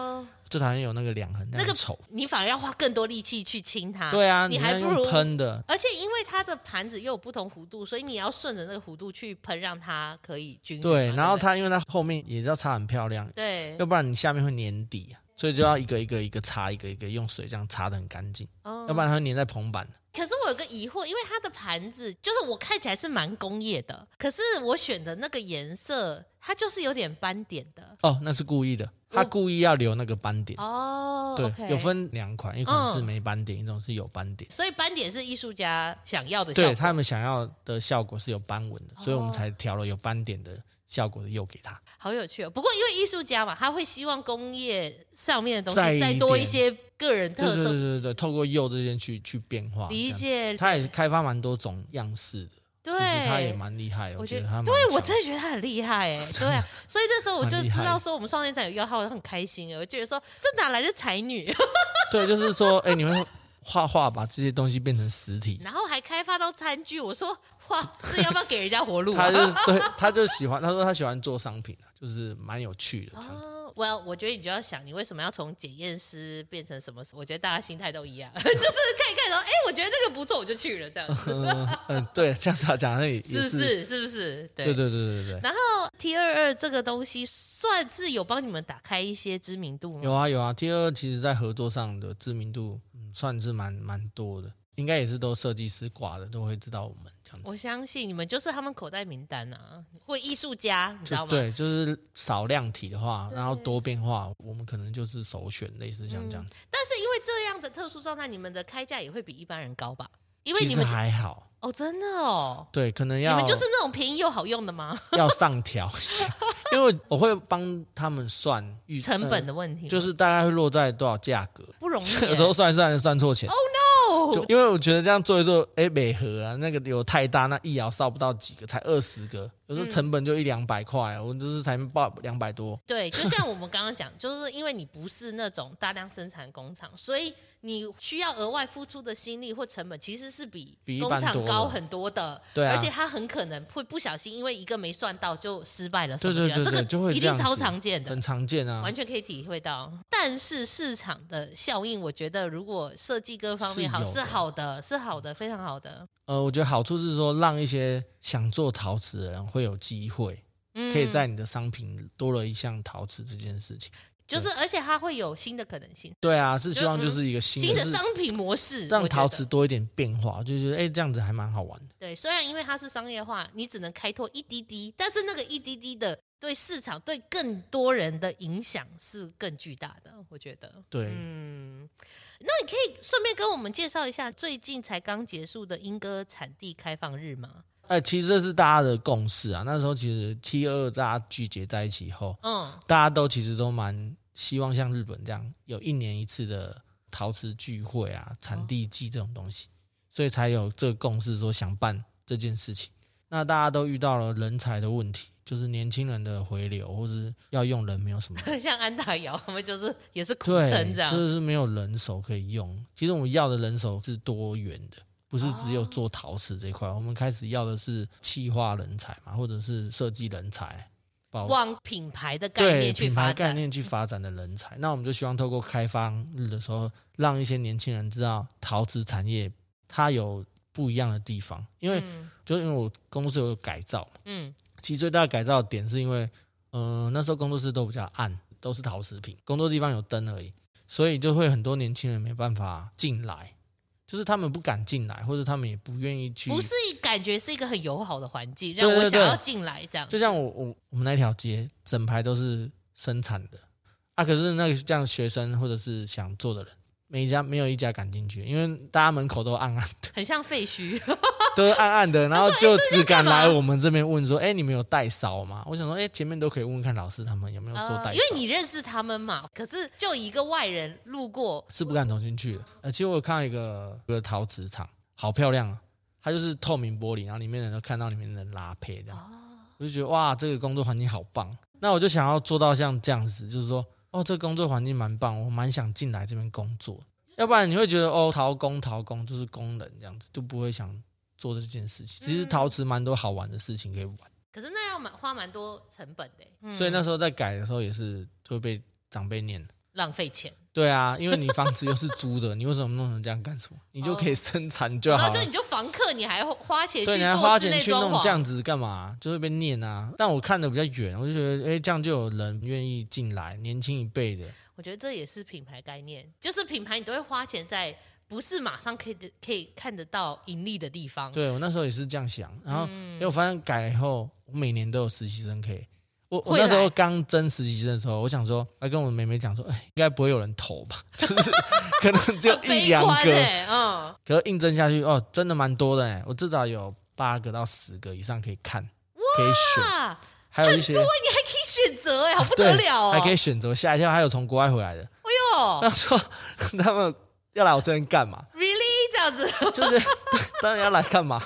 S2: 最讨厌有那个两痕，
S1: 那个
S2: 样丑。
S1: 你反而要花更多力气去清它。
S2: 对啊，
S1: 你
S2: 你
S1: 还
S2: 要
S1: 不如
S2: 用喷的，
S1: 而且因为它的盘子又有不同弧度，所以你要顺着那个弧度去喷，让它可以均匀嘛。
S2: 对，然后
S1: 对
S2: 它因为它后面也是要擦很漂亮
S1: 不，对
S2: 要不然你下面会粘底啊，所以就要一个一个一个擦，一个一个用水这样擦的很干净，
S1: 哦
S2: 要不然它会粘在棚板。
S1: 可是我有个疑惑，因为它的盘子就是我看起来是蛮工业的，可是我选的那个颜色，它就是有点斑点的。
S2: 哦，那是故意的，他故意要留那个斑点。
S1: 哦，
S2: 对
S1: OK
S2: 有。分两款，一款是
S1: 嗯
S2: 没斑点，一种是有斑点。
S1: 所以斑点是艺术家想要的效
S2: 对
S1: 果。
S2: 他们想要的效果是有斑纹的，所以我们
S1: 哦
S2: 才调了有斑点的效果的釉给他。
S1: 好有趣哦！不过因为艺术家嘛，他会希望工业上面的东
S2: 再
S1: 西
S2: 一
S1: 再多一
S2: 点
S1: 些个人
S2: 对
S1: 特
S2: 对对
S1: 色。
S2: 对对，透过釉这边去去变化。
S1: 理
S2: 这样
S1: 解
S2: 子，，他也开发蛮多种样式的，
S1: 对，
S2: 其实他也蛮厉害的，
S1: 我
S2: 我
S1: 觉
S2: 觉
S1: 得
S2: 得他
S1: 对我
S2: 这
S1: 真的觉得他很厉 害哎，对啊，所以那时候我就
S2: 蛮厉
S1: 知
S2: 害
S1: 道说我们双年展有邀他，我很开心哎，我觉得说这哪来的才女，
S2: 对，就是说，哎，你们画画把这些东西变成 实体，
S1: 然后还开发到餐具，我说哇，这要不要给人家活路、
S2: 他
S1: 啊？
S2: 就是对，他就喜欢，他说他喜欢做商品啊，就是蛮有趣的。
S1: 哦，我我觉得你就要想，你为什么要从检验师变成什么？我觉得大家心态都一样， 就是看一看说，哎、我觉得这个不错，我就去了， 这样子，
S2: 嗯 嗯，对，这样子讲那也也
S1: 是不
S2: 是，
S1: 是？是不是？对
S2: 对对对对对对，
S1: 然后 T 二二这个东西算是有帮你们打开一些知名度吗？
S2: 有啊有啊。第二，其实在合作上的知名度，嗯，算是蛮蛮多的，应该也是都设计师挂的，都会知道我们这样子。
S1: 我相信你们就是他们口袋名单啊，或艺术家，你知道
S2: 就
S1: 吗？
S2: 对，就是少量体的话，然后多变化，我们可能就是首选，类似像这样子。
S1: 但是因为这样的特殊状态，你们的开价也会比一般人高吧？因为
S2: 其
S1: 你
S2: 实
S1: 们
S2: 还好，
S1: 哦，真的哦，
S2: 对，可能
S1: 你
S2: 要
S1: 们就是那种便宜又好用的吗？
S2: 要上调一下， 因为我会帮他们算预
S1: 成
S2: 呃
S1: 本的问题吗、
S2: 就是大概会落在多少价格？
S1: 不容易耶。
S2: 有时候算一算算错钱
S1: Oh, no
S2: 就因为我觉得这样做一做，哎，美和啊，那个有太大，那一窑烧不到几个，才二十个，有
S1: 嗯
S2: 时候成本就一两百块，啊我就是才报两百多。
S1: 对，就像我们刚刚讲，就是因为你不是那种大量生产工厂，所以你需要额外付出的心力或成本，其实是比
S2: 比一
S1: 工
S2: 般
S1: 厂
S2: 多
S1: 高
S2: 了
S1: 很多的。
S2: 对啊
S1: 而且它很可能会不小心，因为一个没算到就失败了什
S2: 对
S1: 么的。
S2: 对对对，
S1: 这
S2: 就
S1: 个
S2: 会
S1: 一
S2: 这
S1: 定
S2: 样子
S1: 超常见的
S2: 很。常见啊
S1: 完。全可以体会到，但是市场的效应，我觉得如果设计各方面
S2: 是
S1: 好
S2: 有的
S1: 是好的，是好的，非常好的，
S2: 呃，我觉得好处是说，让一些想做陶瓷的人会有机会，
S1: 嗯
S2: 可以在你的商品多了一项陶瓷这件事情。
S1: 就是，而且它会有新的可能性，
S2: 对啊，是希望
S1: 就嗯
S2: 就是一个新
S1: 新的
S2: 就是
S1: 商品模式，我
S2: 让
S1: 觉
S2: 陶
S1: 得
S2: 瓷多一点变化，就觉得哎，这样子还蛮好玩的。
S1: 对，虽然因为它是商业化，你只能开拓一滴滴，但是那个一滴滴的对市场、对更多人的影响是更巨大的，我觉得。
S2: 对，
S1: 嗯，那你可以顺便跟我们介绍一下最近才刚结束的英歌产地开放日吗？
S2: 哎，其实这是大家的共识啊。那时候其实七二二大家聚集在一起以后，
S1: 嗯，
S2: 大家都其实都蛮希望像日本这样有一年一次的陶瓷聚会啊、产地季这种东西，所以才有这个共识说想办这件事情。那大家都遇到了人才的问题，就是年轻人的回流，或是要用人没有什么。
S1: 像安达窑，他们就是也是苦撑
S2: 对，
S1: 这样，
S2: 就是没有人手可以用。其实我们要的人手是多元的，不是只有做陶瓷这一块。我们开始要的是企划人才嘛，或者是设计人才，包
S1: 往品牌的概
S2: 对
S1: 念去
S2: 品
S1: 发
S2: 牌概
S1: 展。
S2: 念去发展的人才。那我们就希望透过开放日的时候，让一些年轻人知道陶瓷产业它有不一样的地方。因为、
S1: 嗯
S2: 就因为我公司有改造嘛，
S1: 嗯
S2: 其实最大的改造的点是因为，嗯、那时候工作室都比较暗，都是陶瓷品，工作地方有灯而已，所以就会很多年轻人没办法进来，就是他们不敢进来，或者他们也不愿意去。
S1: 不是感觉是一个很友好的环境，让我
S2: 对对
S1: 想要
S2: 对
S1: 进来这样。
S2: 就像我我我们那条街整排都是生产的啊，可是那个这样学生或者是想做的人，每一家没有一家敢进去，因为大家门口 都暗暗的，
S1: 很像废 墟，
S2: 都是暗暗的，然后就只
S1: 干
S2: 敢
S1: 嘛
S2: 来我们这边问说，哎、你们有带烧吗？我想说，哎、前面都可以问问看老师他们有没有做带烧、
S1: 因为你认识他们嘛。可是就一个外人路过，
S2: 是不敢走进去的。呃，其实我有看到一个一个陶瓷厂，好漂亮啊！它就是透明玻璃，然后里面人都看到里面的拉胚
S1: 哦
S2: 这样，我就觉得哇，这个工作环境好棒。那我就想要做到像这样子，就是说，哦，这个工作环境蛮棒，我蛮想进来这边工作。要不然你会觉得哦，陶工陶工就是工人这样子，就不会想做这件事情。其实
S1: 嗯
S2: 陶瓷蛮多好玩的事情可以玩，
S1: 可是那要蛮花蛮多成本的、嗯
S2: 所以那时候在改的时候也是就会被长辈念。
S1: 浪费钱，
S2: 对啊，因为你房子又是租的，你为什么弄成这样干什么？你就可以生产就
S1: 哦然
S2: 好
S1: 后就
S2: 了
S1: 你。就房客，你还花钱
S2: 啊对，
S1: 去
S2: 你还
S1: 做
S2: 花
S1: 室
S2: 钱
S1: 内
S2: 去
S1: 装
S2: 弄
S1: 潢，
S2: 这样子干嘛？就会被念啊。但我看的比较远，我就觉得，哎、这样就有人愿意进来，年轻一辈的。
S1: 我觉得这也是品牌概念，就是品牌你都会花钱在不是马上可以得可以看得到盈利的地方。
S2: 对我那时候也是这样想。然后，哎、
S1: 嗯
S2: 我发现改了以后，我每年都有实习生可以。我我
S1: 会来
S2: 那时候刚争实习生的时候，我想说，还跟我妹妹讲说，哎、应该不会有人投吧， 就是可能就一
S1: 悲
S2: 两
S1: 观
S2: 个。
S1: 欸嗯，
S2: 可是应征下去哦，真的蛮多的哎，我至少有八个到十个以上可以看，可以选，
S1: 啊，
S2: 还有一
S1: 很
S2: 些
S1: 多，你还可以选择哎、好不得
S2: 啊对，
S1: 了哦！哎
S2: 还可以选择。吓一跳，还有从国外回来的，
S1: 哟
S2: 他说他们要来我这边干嘛？
S1: ，really 这样子，
S2: 就是对当然要来 干嘛？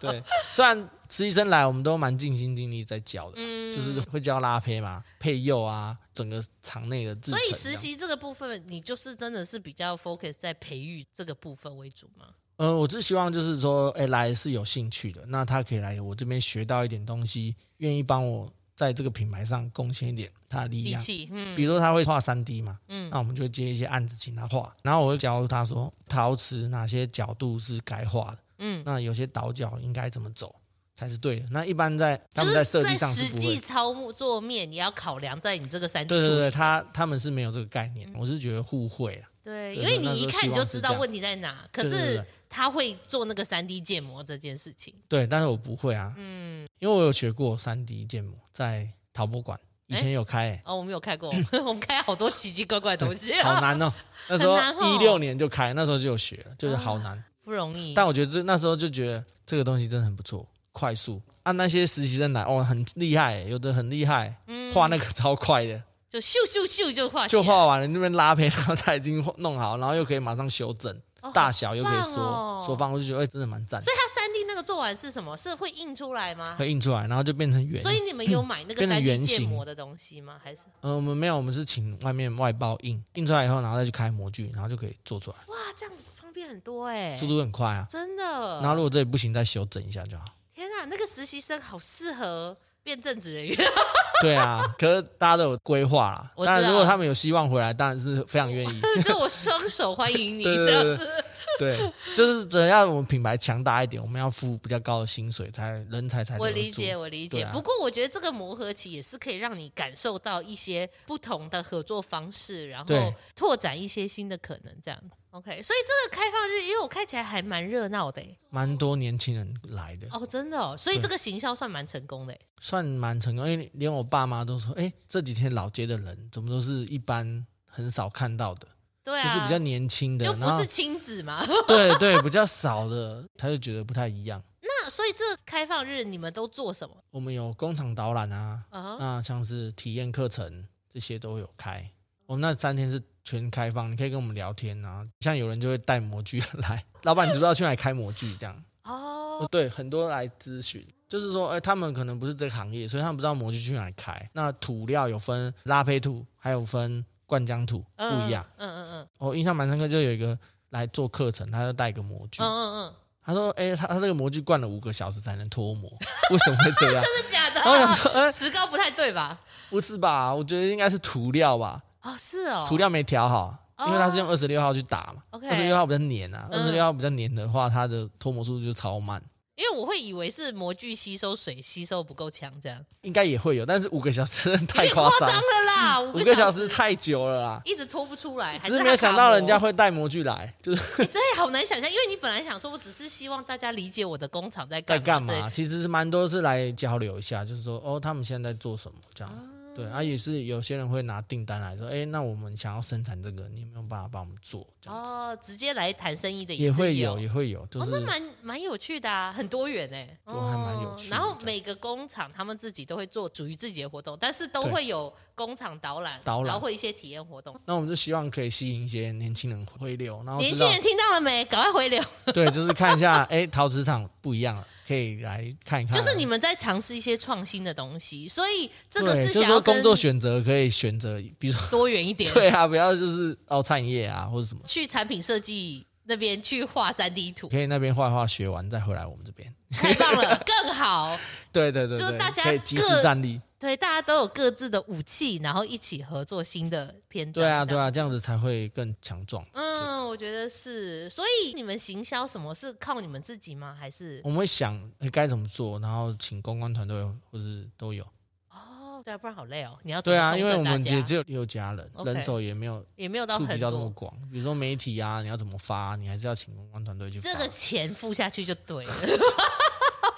S2: 对，虽然实习生来，我们都蛮尽心尽力在教的，
S1: 嗯，
S2: 就是会教拉胚嘛、配釉啊，整个场内的制
S1: 所
S2: 啊成这
S1: 以
S2: 样。
S1: 实习这个部分，你就是真的是比较 focus 在培育这个部分为主吗？
S2: 嗯，我只希望就是说，哎、来是有兴趣的，那他可以来我这边学到一点东西，愿意帮我在这个品牌上贡献一点他的力
S1: 力
S2: 量。
S1: 气，嗯
S2: 比如说他会画三 D 嘛，
S1: 嗯
S2: 那我们就接一些案子请他画，然后我会教他说陶瓷哪些角度是该画的，
S1: 嗯，
S2: 那有些倒角应该怎么走才是对的。那一般在他
S1: 就是
S2: 们在设计上
S1: 实
S2: 是不会
S1: 际操作面，你要考量在你这个三 D
S2: 对对
S1: 图
S2: 对，
S1: 里
S2: 他他们是没有这个概念，
S1: 嗯
S2: 我是觉得互惠啦。
S1: 对，
S2: 对
S1: 因为
S2: 那
S1: 你
S2: 那
S1: 一
S2: 时候
S1: 看
S2: 希
S1: 你
S2: 望
S1: 就是知
S2: 这
S1: 道
S2: 样
S1: 问题在哪，可
S2: 对对
S1: 是
S2: 对
S1: 他会做那个三 D 建模这件事情。
S2: 对，但是我不会啊，
S1: 嗯，
S2: 因为我有学过三 D 建模，在陶博馆以前有开、欸
S1: 哦，我们有 开过，我们开好多奇奇怪怪的东西，啊
S2: 好难哦。那时候
S1: 难哦
S2: 一六年就开，那时候就有学了，
S1: 啊
S2: 就是好难。
S1: 不容易。
S2: 但我觉得这那时候就觉得这个东西真的很不错，快速。啊，那些实习生来哦，很厉害欸，有的很厉害，
S1: 嗯
S2: 画那个超快的，
S1: 就咻咻咻就画起来，
S2: 就画完了那边拉胚，然后他已经弄好，然后又可以马上修正，
S1: 哦
S2: 大小又可以
S1: 好棒哦
S2: 缩缩放，我就觉得哎，真的蛮赞的
S1: 所，以它三 D 那个做完是什么？是会印出来吗？
S2: 会印出来，然后就变成圆。
S1: 所以你们有买那个
S2: 变成
S1: 三 D
S2: 圆
S1: 建
S2: 形
S1: 模的东西吗？还是
S2: 嗯，我们没有，我们是请外面外包印，印出来以后，然后再去开模具，然后就可以做出来，
S1: 哇，这样方便很多哎、
S2: 速度很快啊。
S1: 真
S2: 然后
S1: 的。
S2: 如果这里不行，再修整一下就好。
S1: 天啊，那个实习生好适合变正职人员，
S2: 对啊，可是大家都有规划啦。
S1: 我知
S2: 当然，如果
S1: 道
S2: 他们有希望回来，当然是非常愿意。
S1: 就我双手欢 迎 你
S2: 对
S1: 这
S2: 对
S1: 样
S2: 对
S1: 子。
S2: 对，就是只要我们品牌强大一点，我们要付比较高的薪水，才人才才
S1: 我
S2: 留得
S1: 理
S2: 住
S1: 解，。我理
S2: 对
S1: 解。
S2: 啊
S1: 不过我觉得这个磨合期也是可以让你感受到一些不同的合作方式，然后
S2: 对
S1: 拓展一些新的可能。这样 OK，所以这个开放日，因为我看起来还蛮热闹的欸
S2: 蛮多年轻人来的，
S1: 哦，真的哦。所以
S2: 对
S1: 这个行销算蛮成功的欸。
S2: 算蛮成功，因为连我爸妈都说，哎、这几天老街的人怎么都是一般很少看到的，
S1: 对
S2: 就是
S1: 啊，
S2: 比较年轻的，
S1: 就
S2: 然
S1: 不
S2: 后
S1: 是亲子嘛。
S2: 对对比较少的，他就觉得不太一样。
S1: 那所以这开放日你们都做什么
S2: 我们有工厂导览啊，
S1: 啊？
S2: 那像是体验课程这些都有开。我们那三天是全开放，你可以跟我们聊天啊。像有人就会带模具来，老板你知不知道去哪里开模具？这样，
S1: 哦，
S2: 对，很多来咨询，就是说，哎、他们可能不是这个行业，所以他们不知道模具去哪里开。那土料有分拉胚土，还有分灌浆土，不
S1: 嗯
S2: 一样。。
S1: 嗯嗯嗯
S2: 我、印象蛮深刻，就有一个来做课程，他就带一个模具，
S1: 嗯嗯
S2: 他说，哎、他他这个模具灌了五个小时才能脱模，为什么会 这样？
S1: 嗯，真的假的
S2: 然后我想 说，哎、
S1: 啊？石膏不太对吧？
S2: 不是吧？我觉得应该是涂料吧，
S1: 哦，是哦，
S2: 涂料没调好，
S1: 哦
S2: 因为它是用二十六号去打嘛。
S1: OK
S2: 二十六号比较黏啊，二
S1: 嗯
S2: 十六号比较黏的话，它的脱模速度就超慢，
S1: 因为我会以为是模具吸收水吸收不够强，这样
S2: 应该也会有，但是五个小时太
S1: 有点夸
S2: 张，了，
S1: 了啦，五
S2: 五
S1: 个
S2: 个
S1: 小
S2: 小时太久了啦。
S1: 一直拖不出来，还
S2: 只是
S1: 它
S2: 没有想到人家
S1: 卡
S2: 会带模具来，就是
S1: 膜，哎这也好难想象，因为你本来想说，我只是希望大家理解我的工厂在
S2: 在
S1: 干
S2: 干
S1: 这
S2: 嘛？其实是蛮多是来交流一下，就是说哦，他们现在在做什么这样。
S1: 哦
S2: 对，啊也是有些人会拿订单来说，哎，那我们想要生产这个，你有没有办法帮我们做？这样
S1: 哦，直接来谈生意的
S2: 也
S1: 是
S2: 会
S1: 有
S2: 有，，也会有，就
S1: 哦，
S2: 是
S1: 那蛮蛮有趣的啊，很多元哎、
S2: 对还蛮有
S1: 哦
S2: 趣的
S1: 然后
S2: 这样
S1: 每个工厂他们自己都会做属于自己的活动，但是都
S2: 对
S1: 会有工厂导览，
S2: 导览
S1: 然后会一些体验活动。
S2: 那我们就希望可以吸引一些年轻人回流，然后
S1: 年
S2: 哦知
S1: 轻
S2: 道
S1: 人听到了没？赶快回 流！
S2: 对，就是看一下，哎，陶瓷厂不一样了，可以来看一看。啊
S1: 就是你们在尝试一些创新的东西，所以这个
S2: 对
S1: 是
S2: 就
S1: 想
S2: 是说
S1: 要
S2: 工
S1: 跟
S2: 作选择可以选择，比如说
S1: 多元一点，
S2: 对啊，不要就是哦餐饮业啊或者什么，
S1: 去产品设计那边去画三 D 图，
S2: 可以那边画一画学完再回来我们这边。
S1: 太棒了，更好。
S2: 对对对，
S1: 就是
S2: 对
S1: 大家
S2: 可以及时
S1: 各
S2: 站立。
S1: 对，大家都有各自的武器，然后一起合作新的篇章。
S2: 对啊对
S1: 啊。
S2: 啊，这样子才会更强壮。
S1: 嗯，我觉得是。所以你们行销什么是靠你们自己吗？还是
S2: 我们会想诶该怎么做，然后请公关团队或是都有。
S1: 哦，对啊，不然好累哦。你要怎么
S2: 对啊，
S1: 通
S2: 因为
S1: 知
S2: 我们
S1: 大
S2: 也
S1: 家
S2: 只有六家人，
S1: OK
S2: 人手也没有
S1: 也没有到
S2: 触及
S1: 很
S2: 到这么
S1: 多，
S2: 广，比如说媒体啊，你要怎么发，你还是要请公关团队去发。
S1: 这个钱付下去就对了，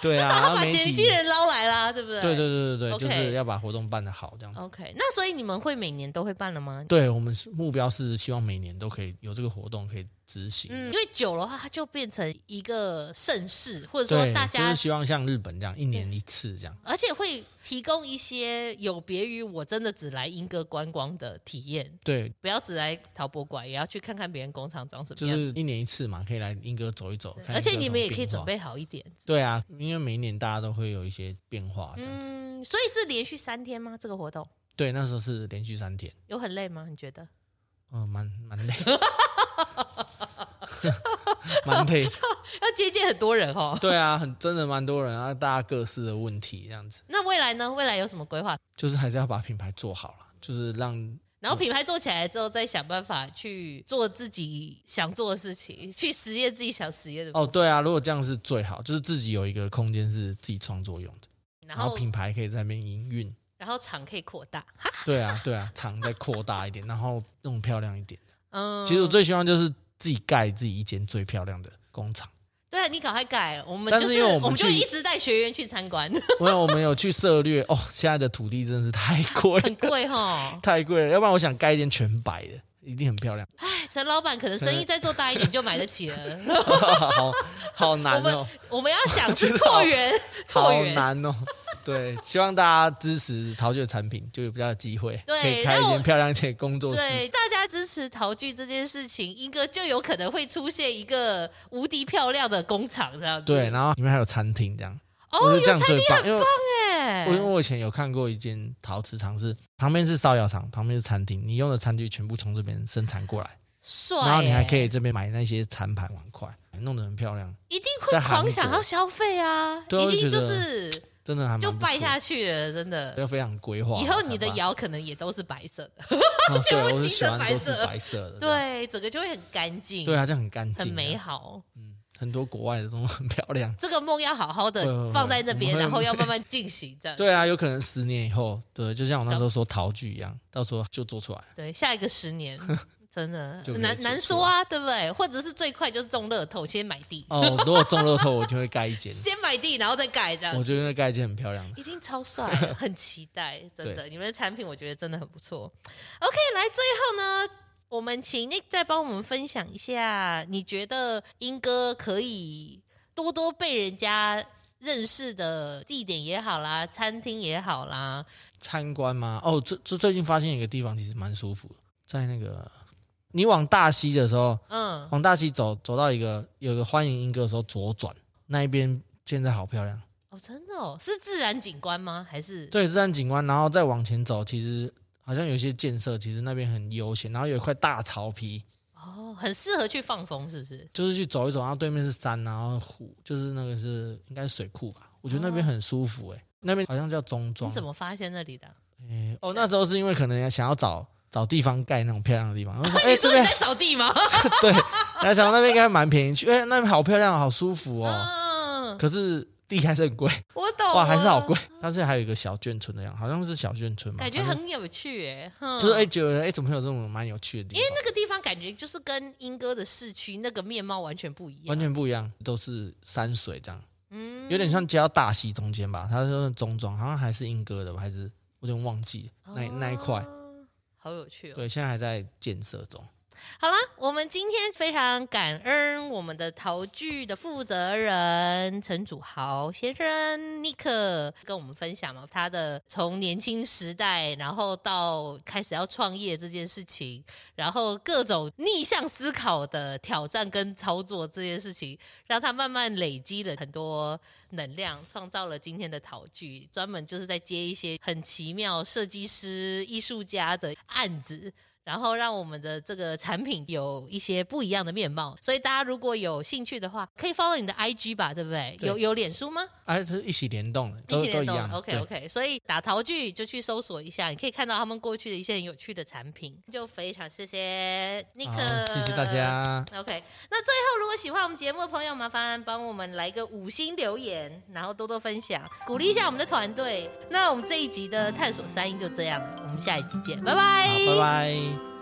S2: 对啊，
S1: 他
S2: 然后
S1: 把
S2: 媒
S1: 前
S2: 体
S1: 期人捞来啦，对不对？
S2: 对对对对对，
S1: OK 哦
S2: 就是要把活动办得好这样子。
S1: OK，那所以你们会每年都会办了吗？
S2: 对我们是目标是希望每年都可以有这个活动可以执行。
S1: 嗯，因为久的话，它就变成一个盛世，或者说
S2: 对，
S1: 大
S2: 就
S1: 家嗯
S2: 是，希望像日本这样一年一次这样。
S1: 而且会提供一些有别于我真的只来英歌观光的体验，
S2: 对，
S1: 不要只来陶博馆，也要去看看别人工厂长什
S2: 就
S1: 么样
S2: 是
S1: 子。
S2: 一年一次嘛，可以来英哥走一走。看
S1: 而且
S2: 英
S1: 你
S2: 歌有什么
S1: 们也可以
S2: 变化
S1: 准。备好一点，
S2: 对啊，因为每一年大家都会有一些变化这样子。
S1: 嗯，所以是连续三天吗？这个活动
S2: 对，那时候是连续三天，
S1: 有很累吗？你觉得？
S2: 嗯、蛮蛮累， 蛮累的。
S1: 要接见很多人哦。
S2: 对啊，很真的蛮多人啊，大家各式的问题这样子，
S1: 那未来呢？未来有什么规划？
S2: 就是还是要把品牌做好了，就是让
S1: 然后品牌做起来之后，再想办法去做自己想做的事情，去实验自己想实验的。
S2: 哦，对啊，如果这样是最好，就是自己有一个空间是自己创作用的，
S1: 然
S2: 哦然后
S1: 后
S2: 品牌可以在那边营运。
S1: 然后厂可以扩大。
S2: 对啊，对啊， 厂再扩大一点，然后弄漂亮一点。
S1: 嗯，
S2: 其实我最希望就是自己盖自己一间最漂亮的工厂。
S1: 对啊，你赶快改，我们
S2: 但
S1: 就是
S2: 因为我们
S1: 们就
S2: 去
S1: 一直带学员去参 观，
S2: 因为我们有去涉略哦，现在的土地真的是太贵，
S1: 很贵哦哈。
S2: 太贵了。要不然我想盖一间全白的，一定很漂亮。
S1: 哎，陈老板可能生意再做大一点就买得起 了。
S2: 好好
S1: 我
S2: 难
S1: 们
S2: 哦，
S1: 我们要想是
S2: 知道
S1: 拓元，拓
S2: 好
S1: 元。
S2: 难哦。对，希望大家支持陶具的产品，就有比较有机会，
S1: 对
S2: 可以开一
S1: 然后
S2: 间漂亮一点的工作室。
S1: 对，大家支持陶具这件事情，英哥就有可能会出现一个无敌漂亮的工厂这样子。
S2: 对，然后里面还有餐厅这样，我
S1: 哦，
S2: 觉
S1: 有
S2: 得这样
S1: 餐
S2: 最
S1: 厅
S2: 棒，因为
S1: 哎
S2: 我因为我以前有看过一间陶瓷厂是旁边是烧窑厂，旁边是餐厅，你用的餐具全部从这边生产过来，
S1: 帅欸，
S2: 然后你还可以这边买那些餐盘碗筷，弄得很漂亮，
S1: 一定
S2: 在
S1: 会
S2: 韩
S1: 狂
S2: 国
S1: 想要消费啊，
S2: 对啊
S1: 一定
S2: 就觉
S1: 就
S2: 得
S1: 是
S2: 真的还蛮
S1: 就
S2: 不
S1: 败
S2: 错
S1: 下去了，真的。
S2: 要非常规划好
S1: 以
S2: 才办。
S1: 后你的窑可能也都是白色的，
S2: 嗯
S1: 全
S2: 对，
S1: 部
S2: 我是
S1: 漆
S2: 喜
S1: 成
S2: 欢
S1: 白
S2: 都是
S1: 色
S2: 白色的，这样
S1: 对，整个就会很干净，
S2: 啊对，啊它这样很干净，
S1: 很美，好。
S2: 嗯，很多国外的东西很漂亮。
S1: 这个梦要好好
S2: 会会
S1: 的
S2: 会
S1: 放在那
S2: 我
S1: 边，
S2: 们会
S1: 然后要慢慢进行，这样。
S2: 对啊，有可能十年以后，对，就像我那时候说陶具一样，到时候就做出来。
S1: 对，下一个十 年真的
S2: 就可以
S1: 难
S2: 出
S1: 难
S2: 出
S1: 说啊，对不对？或者是最快就是中乐透，先买地，，
S2: 哦，如果中乐透，我就会盖一 间
S1: 先买地，然后再盖这
S2: 我
S1: 样。
S2: 觉得那盖一间很漂亮的。
S1: 一定超帅，很期待，真的。你们的产品我觉得真的很不错。OK，来最后呢，我们请 Nick 再帮我们分享一下，你觉得英哥可以多多被人家认识的地点也好啦，餐厅也好啦，
S2: 参观吗？哦，这这最近发现一个地方其实蛮舒服的，在那个你往大溪的时候，
S1: 嗯，
S2: 往大溪走走到一个有个欢迎莺歌的时候左转，那一边现在好漂亮，
S1: 哦，真的哦，是自然景观吗？还是
S2: 对，自然景观，然后再往前走，其实好像有一些建设，其实那边很悠闲，然后有一块大草皮，
S1: 哦，很适合去放风，是不是？
S2: 就是去走一走，然后对面是山，然后湖，就是那个是应该是水库吧，我觉得那边很舒服、欸，那边好像叫中
S1: 哦你
S2: 庄，
S1: 怎么发现那里的啊？
S2: 欸哦，那时候是因为可能想要找找地方盖那种漂亮的地方，然后说，哎、
S1: 你
S2: 这
S1: 说你
S2: 边
S1: 在找地吗？
S2: 对，然后想到那边应该蛮便宜去，哎、那边好漂亮，好舒服哦。
S1: 嗯，
S2: 可是地还是很贵，
S1: 我懂了，
S2: 哇，还是好贵。它是还有一个小眷村的样子，好像是小眷村嘛，
S1: 哦感觉
S2: 反正
S1: 很有趣 哎、哼
S2: 就是哎、觉得哎、怎么会有这种蛮有趣的地
S1: 因为
S2: 方？
S1: 那个地方感觉就是跟英哥的市区那个面貌完全不一样，
S2: 完全不一样，都是山水这样，
S1: 嗯
S2: 有点像接到大溪中间吧，它就是中庄，好像还是英歌的吧，还是我有点忘记了那、那一块。
S1: 哦好有趣哦。
S2: 对，现在还在建设中。
S1: 好啦，我们今天非常感恩我们的陶剧的负责人陈祖豪先生尼克跟我们分享嘛，他的从年轻时代，然后到开始要创业这件事情，然后各种逆向思考的挑战跟操作这件事情，让他慢慢累积了很多能量，创造了今天的陶剧，专门就是在接一些很奇妙设计师、艺术家的案子，然后让我们的这个产品有一些不一样的面貌。所以大家如果有兴趣的话，可以 follow 你的 IG 吧，对不对？
S2: 对
S1: 有有脸书吗？
S2: 哎、它是一起联动的，都
S1: 一起
S2: 都
S1: 联
S2: 一
S1: 动
S2: 样。
S1: OK
S2: 对
S1: OK，所以打陶具就去搜索一下，你可以看到他们过去的一些很有趣的产品。就非常谢谢尼
S2: 好
S1: 克，，
S2: 谢谢大。家。
S1: OK，那最后如果喜欢我们节目的朋友，麻烦帮我们来个五星留言，然后多多分享，鼓励一下我们的团队。那我们这一集的探索三音就这样了，我们下一集见，拜拜，
S2: 好，拜拜。